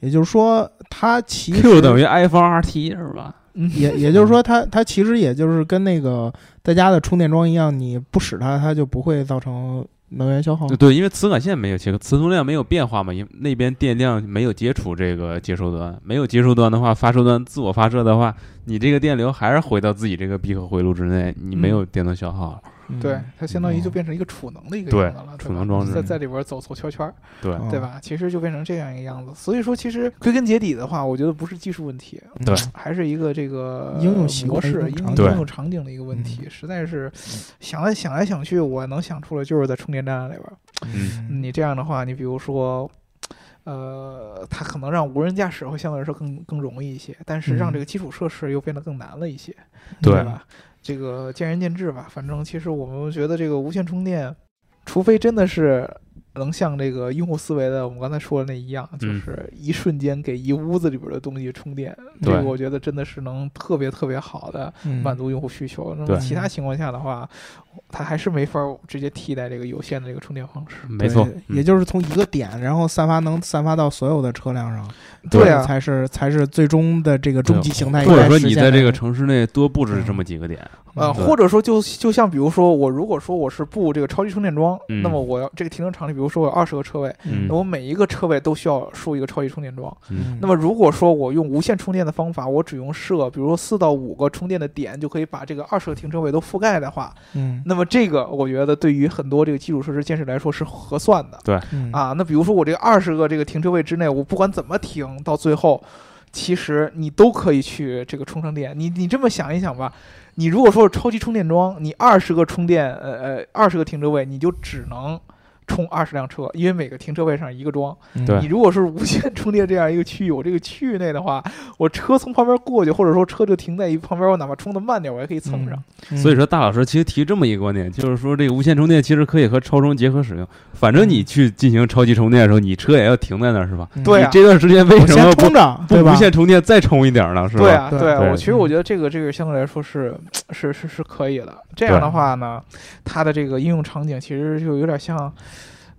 [SPEAKER 1] 也就是说它其实
[SPEAKER 2] Q 等于 i 方 RT 是吧？
[SPEAKER 3] 嗯
[SPEAKER 1] 也也就是说它它其实也就是跟那个在家的充电桩一样，你不使它，它就不会造成能源消耗。
[SPEAKER 2] 对，因为磁感线没有切割，磁通量没有变化嘛，因为那边电量没有接触这个接收端，没有接收端的话，发射端自我发射的话，你这个电流还是回到自己这个闭合回路之内，你没有电能消耗。
[SPEAKER 1] 嗯
[SPEAKER 3] 对，它相当于
[SPEAKER 1] 嗯
[SPEAKER 3] 就变成一个储能的一个
[SPEAKER 2] 对
[SPEAKER 3] 样子了，对吧
[SPEAKER 2] 储能装置
[SPEAKER 3] 在在里边走走圈圈儿，
[SPEAKER 2] 对，
[SPEAKER 1] 嗯
[SPEAKER 3] 对吧？其实就变成这样一个样子。所以说，其实归根结底的话，我觉得不是技术问题，
[SPEAKER 1] 嗯
[SPEAKER 2] 对
[SPEAKER 3] 还是一个这个
[SPEAKER 1] 应用习惯
[SPEAKER 3] 模式、
[SPEAKER 1] 应用场嗯
[SPEAKER 3] 应用
[SPEAKER 2] 景
[SPEAKER 3] 应用场景的一个问题。实在是想来想来想去，我能想出来就是在充电站里边儿。
[SPEAKER 1] 嗯
[SPEAKER 3] 你这样的话，你比如说，呃，它可能让无人驾驶会相对来说更更容易一些，但是
[SPEAKER 1] 嗯
[SPEAKER 3] 让这个基础设施又变得更难了一些，
[SPEAKER 2] 对
[SPEAKER 3] 吧？这个见仁见智吧。反正其实我们觉得这个无线充电，除非真的是能像这个用户思维的我们刚才说的那一样，就
[SPEAKER 2] 嗯
[SPEAKER 3] 是一瞬间给一屋子里边的东西充电，这
[SPEAKER 2] 对
[SPEAKER 3] 个我觉得真的是能特别特别好的
[SPEAKER 1] 嗯
[SPEAKER 3] 满足用户需求。那么
[SPEAKER 2] 对
[SPEAKER 3] 其他情况下的话，它还是没法直接替代这个有线的这个充电方式。
[SPEAKER 2] 没错
[SPEAKER 1] 对，
[SPEAKER 2] 嗯
[SPEAKER 1] 也就是从一个点，然后散发能散发到所有的车辆上，
[SPEAKER 2] 对啊
[SPEAKER 1] 这
[SPEAKER 3] 啊，
[SPEAKER 1] 才是才是最终的这个终极形态。
[SPEAKER 2] 嗯或者说
[SPEAKER 1] 应该实
[SPEAKER 2] 你
[SPEAKER 1] 现
[SPEAKER 2] 在
[SPEAKER 1] 的
[SPEAKER 2] 这个城市内多布置这么几个点，
[SPEAKER 3] 呃，
[SPEAKER 1] 嗯
[SPEAKER 2] 对
[SPEAKER 3] 或者说就就像比如说，我如果说我是布这个超级充电桩，
[SPEAKER 2] 嗯
[SPEAKER 3] 那么我要这个停车场里，比如说我有二十个车位，
[SPEAKER 2] 嗯
[SPEAKER 3] 那我每一个车位都需要竖一个超级充电桩。
[SPEAKER 2] 嗯
[SPEAKER 3] 那么如果说我用无线充电的方法，我只用设比如说四到五个充电的点就可以把这个二十个停车位都覆盖的话，
[SPEAKER 1] 嗯
[SPEAKER 3] 那么这个我觉得对于很多这个基础设施建设来说是合算的
[SPEAKER 1] 嗯
[SPEAKER 3] 啊。那比如说我这个二十个这个停车位之内，我不管怎么停，到最后。其实你都可以去这个充上电，你你这么想一想吧，你如果说是超级充电桩，你二十个充电呃呃二十个停车位，你就只能充二十辆车，因为每个停车位上一个桩。
[SPEAKER 1] 嗯
[SPEAKER 2] 对
[SPEAKER 3] 你如果是无线充电这样一个区域，我这个区域内的话，我车从旁边过去，或者说车就停在一旁边，我哪怕充的慢点，我还可以蹭上。
[SPEAKER 1] 嗯
[SPEAKER 2] 所以说，大老师其实提这么一个观点，就是说这个无线充电其实可以和超充结合使用。反正你去进行超级充电的时候，你车也要停在那儿，是吧？
[SPEAKER 1] 嗯
[SPEAKER 3] 对啊
[SPEAKER 2] 你这段时间为
[SPEAKER 1] 我
[SPEAKER 2] 什
[SPEAKER 1] 先
[SPEAKER 2] 么不
[SPEAKER 1] 充着，
[SPEAKER 2] 不
[SPEAKER 1] 对吧？
[SPEAKER 2] 无线充电再充一点儿呢？是吧？
[SPEAKER 3] 对啊，
[SPEAKER 1] 对嗯
[SPEAKER 3] 啊，
[SPEAKER 2] 对
[SPEAKER 3] 我其实我觉得这个这个相对来说是是是是可以的。这样的话呢，它的这个应用场景其实就有点像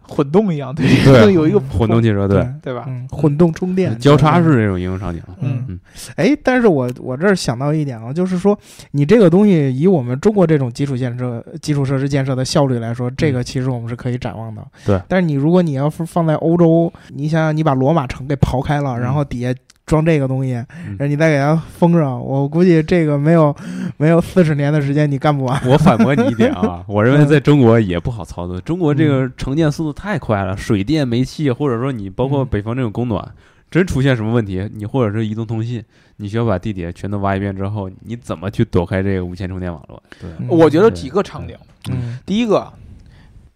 [SPEAKER 3] 混动一样，对，
[SPEAKER 2] 对
[SPEAKER 3] 有一个
[SPEAKER 2] 混动汽车对，
[SPEAKER 3] 对吧？
[SPEAKER 1] 嗯，混动充电
[SPEAKER 2] 交叉式这种应用场景，
[SPEAKER 3] 嗯
[SPEAKER 1] 嗯，哎，但是我我这儿想到一点啊，就是说你这个东西以我们中国这种基础建设、基础设施建设的效率来说，这个其实我们是可以展望的。
[SPEAKER 2] 对
[SPEAKER 1] 但是你如果你要是放在欧洲，你想想你把罗马城给刨开了，
[SPEAKER 2] 嗯
[SPEAKER 1] 然后底下。装这个东西，
[SPEAKER 2] 嗯
[SPEAKER 1] 然后你再给它封上，我估计这个没有没有四十年的时间你干不完。
[SPEAKER 2] 我反驳你一点 啊，我认为
[SPEAKER 1] 嗯
[SPEAKER 2] 在中国也不好操作。中国这个承建速度太快了，水电、煤气，或者说你包括
[SPEAKER 1] 嗯
[SPEAKER 2] 北方这种供暖，真出现什么问题，你或者是移动通信，你需要把地铁全都挖一遍之后，你怎么去躲开这个无线充电网络？对，
[SPEAKER 1] 嗯
[SPEAKER 3] 我觉得几个场景，
[SPEAKER 1] 嗯
[SPEAKER 3] 第一个。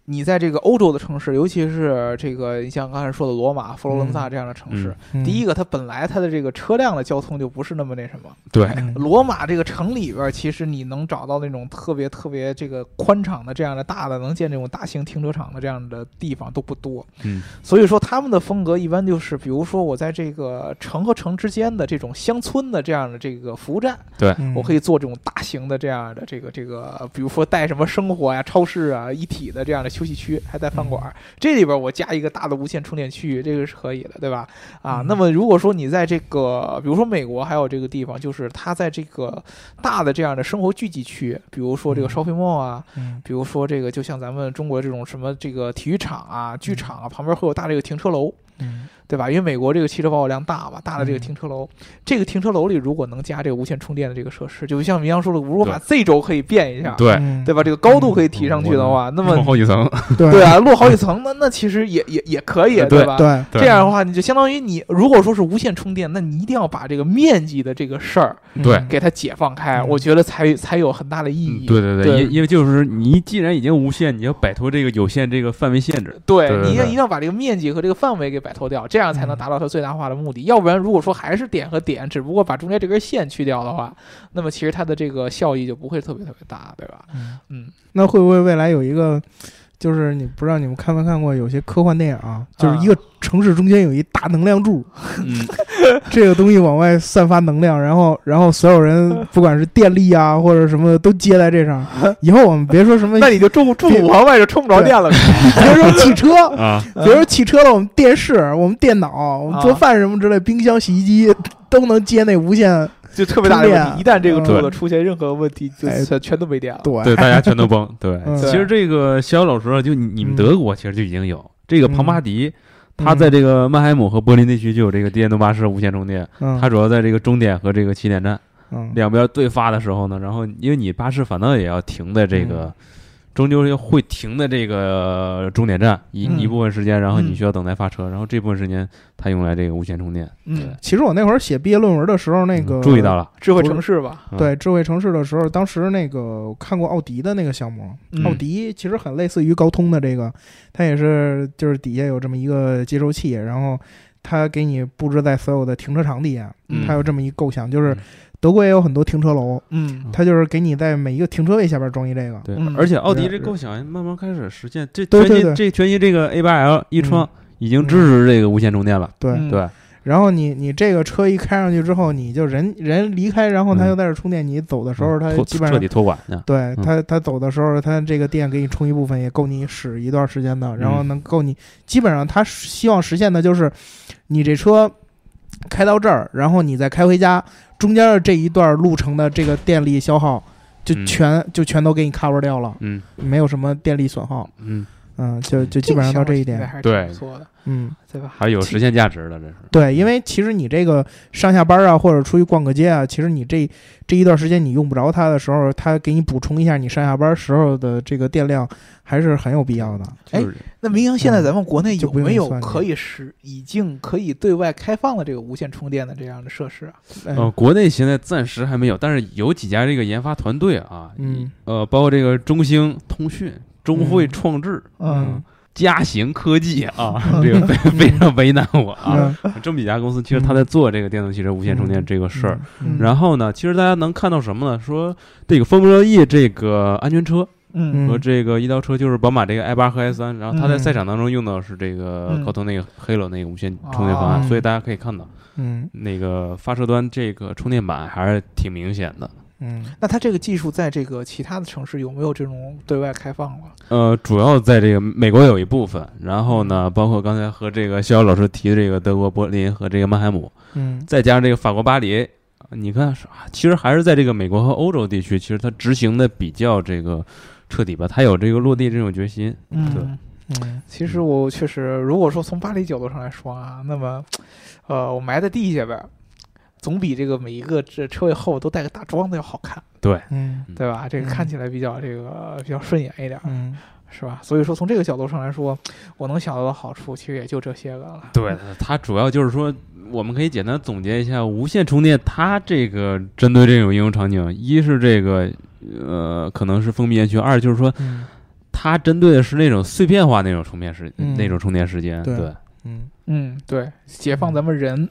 [SPEAKER 3] 你在这个欧洲的城市，尤其是这个你像刚才说的罗马、佛罗伦
[SPEAKER 1] 嗯
[SPEAKER 3] 萨这样的城市，
[SPEAKER 2] 嗯
[SPEAKER 3] 第一
[SPEAKER 1] 个，
[SPEAKER 3] 个它本来它的这个车辆的交通就不是那么那什么，
[SPEAKER 2] 对
[SPEAKER 1] 嗯
[SPEAKER 3] 罗马这个城里边，其实你能找到那种特别特别这个宽敞的这样的大的能建这种大型停车场的这样的地方都不多，
[SPEAKER 2] 嗯，
[SPEAKER 3] 所以说他们的风格一般就是，比如说我在这个城和城之间的这种乡村的这样的这个服务站，
[SPEAKER 1] 嗯
[SPEAKER 3] 我可以做这种大型的这样的这个这个，比如说带什么生活呀、超市啊一体的这样的休息区，还带饭馆
[SPEAKER 1] 嗯
[SPEAKER 3] 儿。这里边我加一个大的无线充电区域，这个是可以的，对吧？啊
[SPEAKER 1] 嗯，
[SPEAKER 3] 那么如果说你在这个，比如说美国还有这个地方，就是它在这个大的这样的生活聚集区，比如说这个
[SPEAKER 1] 嗯
[SPEAKER 3] shopping mall 啊，
[SPEAKER 1] 嗯
[SPEAKER 3] 比如说这个就像咱们中国这种什么这个体育场啊、剧场啊，旁边会有大这个停车楼。
[SPEAKER 1] 嗯
[SPEAKER 3] 对吧？因为美国这个汽车保有量大嘛，大的这个
[SPEAKER 1] 嗯
[SPEAKER 3] 停车楼，这个停车楼里如果能加这个无线充电的这个设施，就像明阳说的，如果把 Z 轴可以变一下，
[SPEAKER 2] 对，嗯
[SPEAKER 1] 嗯
[SPEAKER 3] 对吧？这嗯个高度可以提上去的话，那么
[SPEAKER 2] 好几层，
[SPEAKER 1] 对
[SPEAKER 3] 对啊，落好几层，那那其实也也也可以，
[SPEAKER 2] 对
[SPEAKER 3] 吧？
[SPEAKER 1] 对，
[SPEAKER 2] 对
[SPEAKER 3] 这样的话，你就相当于你如果说是无线充电，那你一定要把这个面积的这个事儿
[SPEAKER 2] 对
[SPEAKER 1] 嗯
[SPEAKER 3] 给它解放开，
[SPEAKER 1] 嗯
[SPEAKER 3] 我觉得才才有很大的意
[SPEAKER 2] 嗯
[SPEAKER 3] 义。
[SPEAKER 2] 对对
[SPEAKER 3] 嗯对
[SPEAKER 2] 因因为就是你既然已经无线，你要摆脱这个有线这个范围限制。
[SPEAKER 3] 对
[SPEAKER 2] 对对
[SPEAKER 3] 你一定
[SPEAKER 2] 对
[SPEAKER 3] 一定要把这个面积和这个范围给摆脱掉，这样才能
[SPEAKER 1] 嗯
[SPEAKER 3] 达到它最大化的目的。要不然，如果说还是点和点，只不过把中间这根线去掉的话，那么其实它的这个效益就不会特别特别大，对吧？
[SPEAKER 1] 嗯
[SPEAKER 3] 嗯，
[SPEAKER 1] 那会不会未来有一个，就是你不知道你们看没看过有些科幻电影啊，就是一个城市中间有一大能量柱，
[SPEAKER 2] 嗯，
[SPEAKER 1] 这个东西往外散发能量，然后然后所有 人不管是电力啊或者什么的都接在这上。以后我们别说什么，
[SPEAKER 3] 那你就住住五环外就充不着电了呗。
[SPEAKER 1] 别说汽车，
[SPEAKER 2] 啊，
[SPEAKER 1] 别说汽车了，我们电视、我们电脑、我们
[SPEAKER 3] 啊
[SPEAKER 1] 做饭什么之类，冰箱、洗衣机都能接那无线。
[SPEAKER 3] 就特别大的
[SPEAKER 1] 充
[SPEAKER 3] 问
[SPEAKER 1] 电
[SPEAKER 3] 题，一旦这个柱
[SPEAKER 2] 嗯对
[SPEAKER 3] 子出现任何问题，就
[SPEAKER 1] 哎
[SPEAKER 3] 全全都没电了。
[SPEAKER 1] 对，
[SPEAKER 2] 对，大家全都崩。对
[SPEAKER 1] 嗯，
[SPEAKER 2] 其实这个肖老师啊，就你你们
[SPEAKER 1] 嗯
[SPEAKER 2] 德国其实就已经有这个庞巴迪，
[SPEAKER 1] 嗯
[SPEAKER 2] 它在这个曼海姆和柏林地区就有这个电动巴士无线充电，
[SPEAKER 1] 嗯，
[SPEAKER 2] 它主要在这个终点和这个起点站
[SPEAKER 1] 嗯
[SPEAKER 2] 两边对发的时候呢，然后因为你巴士反倒也要停在这
[SPEAKER 1] 嗯
[SPEAKER 2] 个。终究要会停在这个终点站一、
[SPEAKER 1] 嗯
[SPEAKER 2] 一部分时间，然后你
[SPEAKER 1] 嗯
[SPEAKER 2] 需要等待发车，然后这部分时间它用来这个无线充电。
[SPEAKER 3] 嗯，
[SPEAKER 1] 其实我那会儿写毕业论文的时候，那个
[SPEAKER 2] 嗯注意到了，
[SPEAKER 3] 智慧城市吧，
[SPEAKER 2] 嗯
[SPEAKER 1] 对智慧城市的时候，当时那个我看过奥迪的那个项目，
[SPEAKER 3] 嗯
[SPEAKER 1] 奥迪其实很类似于高通的这个，它也是就是底下有这么一个接收器，然后它给你布置在所有的停车场底下，
[SPEAKER 2] 嗯
[SPEAKER 1] 它有这么一构想，就是
[SPEAKER 2] 嗯
[SPEAKER 1] 德国也有很多停车楼，
[SPEAKER 3] 嗯
[SPEAKER 1] 它就是给你在每一个停车位下边装一这个。
[SPEAKER 2] 对
[SPEAKER 3] 嗯，
[SPEAKER 2] 而且奥迪
[SPEAKER 1] 是
[SPEAKER 2] 这构想慢慢开始实现，这
[SPEAKER 1] 对
[SPEAKER 2] 全
[SPEAKER 1] 对嗯对
[SPEAKER 2] 新这全新这个 A 八 L 一窗已经支持这个无线充电了，
[SPEAKER 1] 对，
[SPEAKER 3] 嗯
[SPEAKER 2] 对，
[SPEAKER 1] 然后你你这个车一开上去之后，你就人人离开，然后它
[SPEAKER 2] 嗯
[SPEAKER 1] 又在这充电，你走的时候
[SPEAKER 2] 嗯
[SPEAKER 1] 它
[SPEAKER 2] 托
[SPEAKER 1] 基本
[SPEAKER 2] 彻
[SPEAKER 1] 上嗯
[SPEAKER 2] 底托管呢，
[SPEAKER 1] 对它，它走的时候，它这个电给你充一部分，也够你使一段时间的，然后
[SPEAKER 2] 嗯
[SPEAKER 1] 能够你基本上它希望实现的就是，你这车开到这儿，然后你再开回家，中间的这一段路程的这个电力消耗就
[SPEAKER 2] 嗯
[SPEAKER 1] 全、就全都给你 cover 掉了，
[SPEAKER 2] 嗯
[SPEAKER 1] 没有什么电力损耗，
[SPEAKER 2] 嗯，
[SPEAKER 1] 嗯，就就基本上到这一点，
[SPEAKER 3] 还是
[SPEAKER 2] 对
[SPEAKER 3] 挺不错的，
[SPEAKER 1] 嗯，
[SPEAKER 3] 对吧？
[SPEAKER 2] 还有实现价值的，这是，
[SPEAKER 1] 对，因为其实你这个上下班啊，或者出去逛个街啊，其实你这这一段时间你用不着它的时候，它给你补充一下你上下班时候的这个电量，还是很有必要的。哎
[SPEAKER 2] 就是
[SPEAKER 3] 那明阳，现在咱们国内
[SPEAKER 1] 就
[SPEAKER 3] 有
[SPEAKER 1] 不用
[SPEAKER 3] 没有
[SPEAKER 1] 算这个
[SPEAKER 3] 可以使已经可以对外开放的这个无线充电的这样的设施啊？
[SPEAKER 1] 哎
[SPEAKER 2] 呃，国内现在暂时还没有，但是有几家这个研发团队啊，
[SPEAKER 1] 嗯，
[SPEAKER 2] 呃，包括这个中兴通讯、中汇创智、
[SPEAKER 1] 嗯
[SPEAKER 2] 嘉行科技啊， 这个非非常为难我啊，
[SPEAKER 1] 嗯
[SPEAKER 2] 这么几家公司其实他在做这个电动汽车无线充电这个事儿。
[SPEAKER 1] 嗯
[SPEAKER 2] 然后呢，其实大家能看到什么呢？说这个 Formula E 这个安全车
[SPEAKER 3] 嗯
[SPEAKER 2] 和这个医疗车，就是宝马这个 i 八和 i 三，然后它在
[SPEAKER 1] 嗯
[SPEAKER 2] 赛场当中用到是这个
[SPEAKER 3] 嗯
[SPEAKER 2] 高通那个 Halo 那个无线充电方案，
[SPEAKER 1] 哦
[SPEAKER 2] 所以大家可以看到
[SPEAKER 1] 嗯
[SPEAKER 2] 那个发射端这个充电板还是挺明显的。
[SPEAKER 1] 嗯
[SPEAKER 3] 那它这个技术在这个其他的城市有没有这种对外开放了？
[SPEAKER 2] 呃，主要在这个美国有一部分，然后呢，
[SPEAKER 3] 嗯
[SPEAKER 2] 包括刚才和这个逍遥老师提的这个德国柏林和这个曼海姆，
[SPEAKER 1] 嗯
[SPEAKER 2] 再加上这个法国巴黎，啊你看是，啊其实还是在这个美国和欧洲地区，其实它执行的比较这个彻底吧，它有这个落地这种决心。对，
[SPEAKER 3] 嗯，
[SPEAKER 1] 嗯
[SPEAKER 3] 其实我确实，如果说从巴黎角度上来说啊，那么，呃，我埋在地下边儿，总比这个每一个这车位后都带个大桩子要好看，
[SPEAKER 1] 嗯
[SPEAKER 3] 对吧？这个
[SPEAKER 1] 嗯
[SPEAKER 3] 看起来比较这个比较顺眼一点儿，
[SPEAKER 1] 嗯，
[SPEAKER 3] 是吧？所以说从这个角度上来说，我能想到的好处其实也就这些个了。
[SPEAKER 2] 对，它主要就是说，我们可以简单总结一下无线充电，它这个针对这种应用场景，一是这个呃可能是封闭园区，二就是说
[SPEAKER 1] 嗯
[SPEAKER 2] 它针对的是那种碎片化那种充电时、
[SPEAKER 1] 嗯
[SPEAKER 2] 那种充电时间，
[SPEAKER 1] 对
[SPEAKER 2] 对
[SPEAKER 1] 嗯
[SPEAKER 3] 嗯，对，解放咱们人，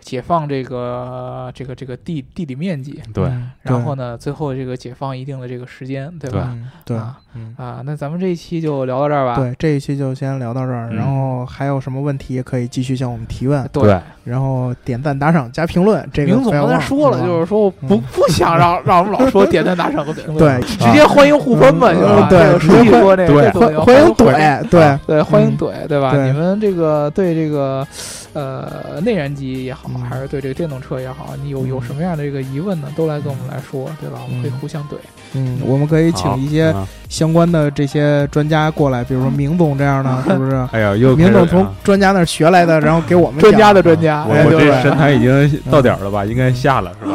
[SPEAKER 3] 解放这个这个这个地地理面积，
[SPEAKER 2] 对
[SPEAKER 1] 嗯
[SPEAKER 3] 然后呢，最后这个解放一定的这个时间，对吧？
[SPEAKER 1] 嗯对
[SPEAKER 3] 啊
[SPEAKER 1] 嗯。
[SPEAKER 3] 啊，那咱们这一期就聊到这儿吧。
[SPEAKER 1] 对，这一期就先聊到这儿，
[SPEAKER 2] 嗯
[SPEAKER 1] 然后还有什么问题也可以继续向我们提问，
[SPEAKER 3] 对
[SPEAKER 1] 然后点赞、打赏、加评论，这个
[SPEAKER 3] 明总
[SPEAKER 1] 不要
[SPEAKER 3] 刚才
[SPEAKER 1] 忘
[SPEAKER 3] 说了，
[SPEAKER 1] 是吧
[SPEAKER 3] 就是说我不
[SPEAKER 1] 嗯
[SPEAKER 3] 不想 让让我们老说点赞打赏和评论，
[SPEAKER 1] 对啊
[SPEAKER 3] 直接欢迎互喷吧，
[SPEAKER 1] 嗯
[SPEAKER 3] 就是
[SPEAKER 1] 嗯
[SPEAKER 3] 吧
[SPEAKER 1] 对
[SPEAKER 3] 这个
[SPEAKER 1] 直
[SPEAKER 3] 书
[SPEAKER 1] 接
[SPEAKER 3] 记
[SPEAKER 1] 欢
[SPEAKER 3] 说那个
[SPEAKER 2] 对
[SPEAKER 3] 这
[SPEAKER 1] 欢
[SPEAKER 3] 个
[SPEAKER 1] 欢迎
[SPEAKER 3] 怼，
[SPEAKER 1] 怼，对，
[SPEAKER 3] 对，欢迎
[SPEAKER 1] 嗯
[SPEAKER 3] 怼，对吧？
[SPEAKER 1] 对
[SPEAKER 3] 你们这个对这个呃内燃机也好
[SPEAKER 1] 嗯，
[SPEAKER 3] 还是对这个电动车也好，你有有
[SPEAKER 1] 嗯
[SPEAKER 3] 什么样的这个疑问呢？都来跟我们来说，对吧？我们可以
[SPEAKER 1] 嗯
[SPEAKER 3] 互相怼。
[SPEAKER 1] 嗯，我们可以请
[SPEAKER 2] 好
[SPEAKER 1] 一些
[SPEAKER 2] 啊
[SPEAKER 1] 相关的这些专家过来，比如说明总这样的，是不是？
[SPEAKER 2] 哎呀，又
[SPEAKER 1] 明
[SPEAKER 2] 开
[SPEAKER 1] 总
[SPEAKER 2] 始
[SPEAKER 1] 从
[SPEAKER 2] 啊
[SPEAKER 1] 专家那儿学来的，然后给我们
[SPEAKER 3] 专家
[SPEAKER 1] 讲
[SPEAKER 3] 的专家，
[SPEAKER 2] 我
[SPEAKER 3] 哎
[SPEAKER 2] 我
[SPEAKER 3] 对
[SPEAKER 2] 这
[SPEAKER 3] 吧
[SPEAKER 2] 神台已经到点儿了吧？应该下了 是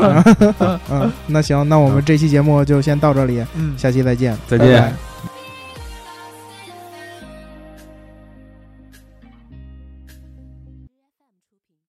[SPEAKER 2] 吧？
[SPEAKER 1] 嗯，那行，那我们这期节目就先到这里，
[SPEAKER 3] 嗯，
[SPEAKER 1] 下期再见，
[SPEAKER 2] 再
[SPEAKER 1] 拜
[SPEAKER 2] 见
[SPEAKER 1] 拜。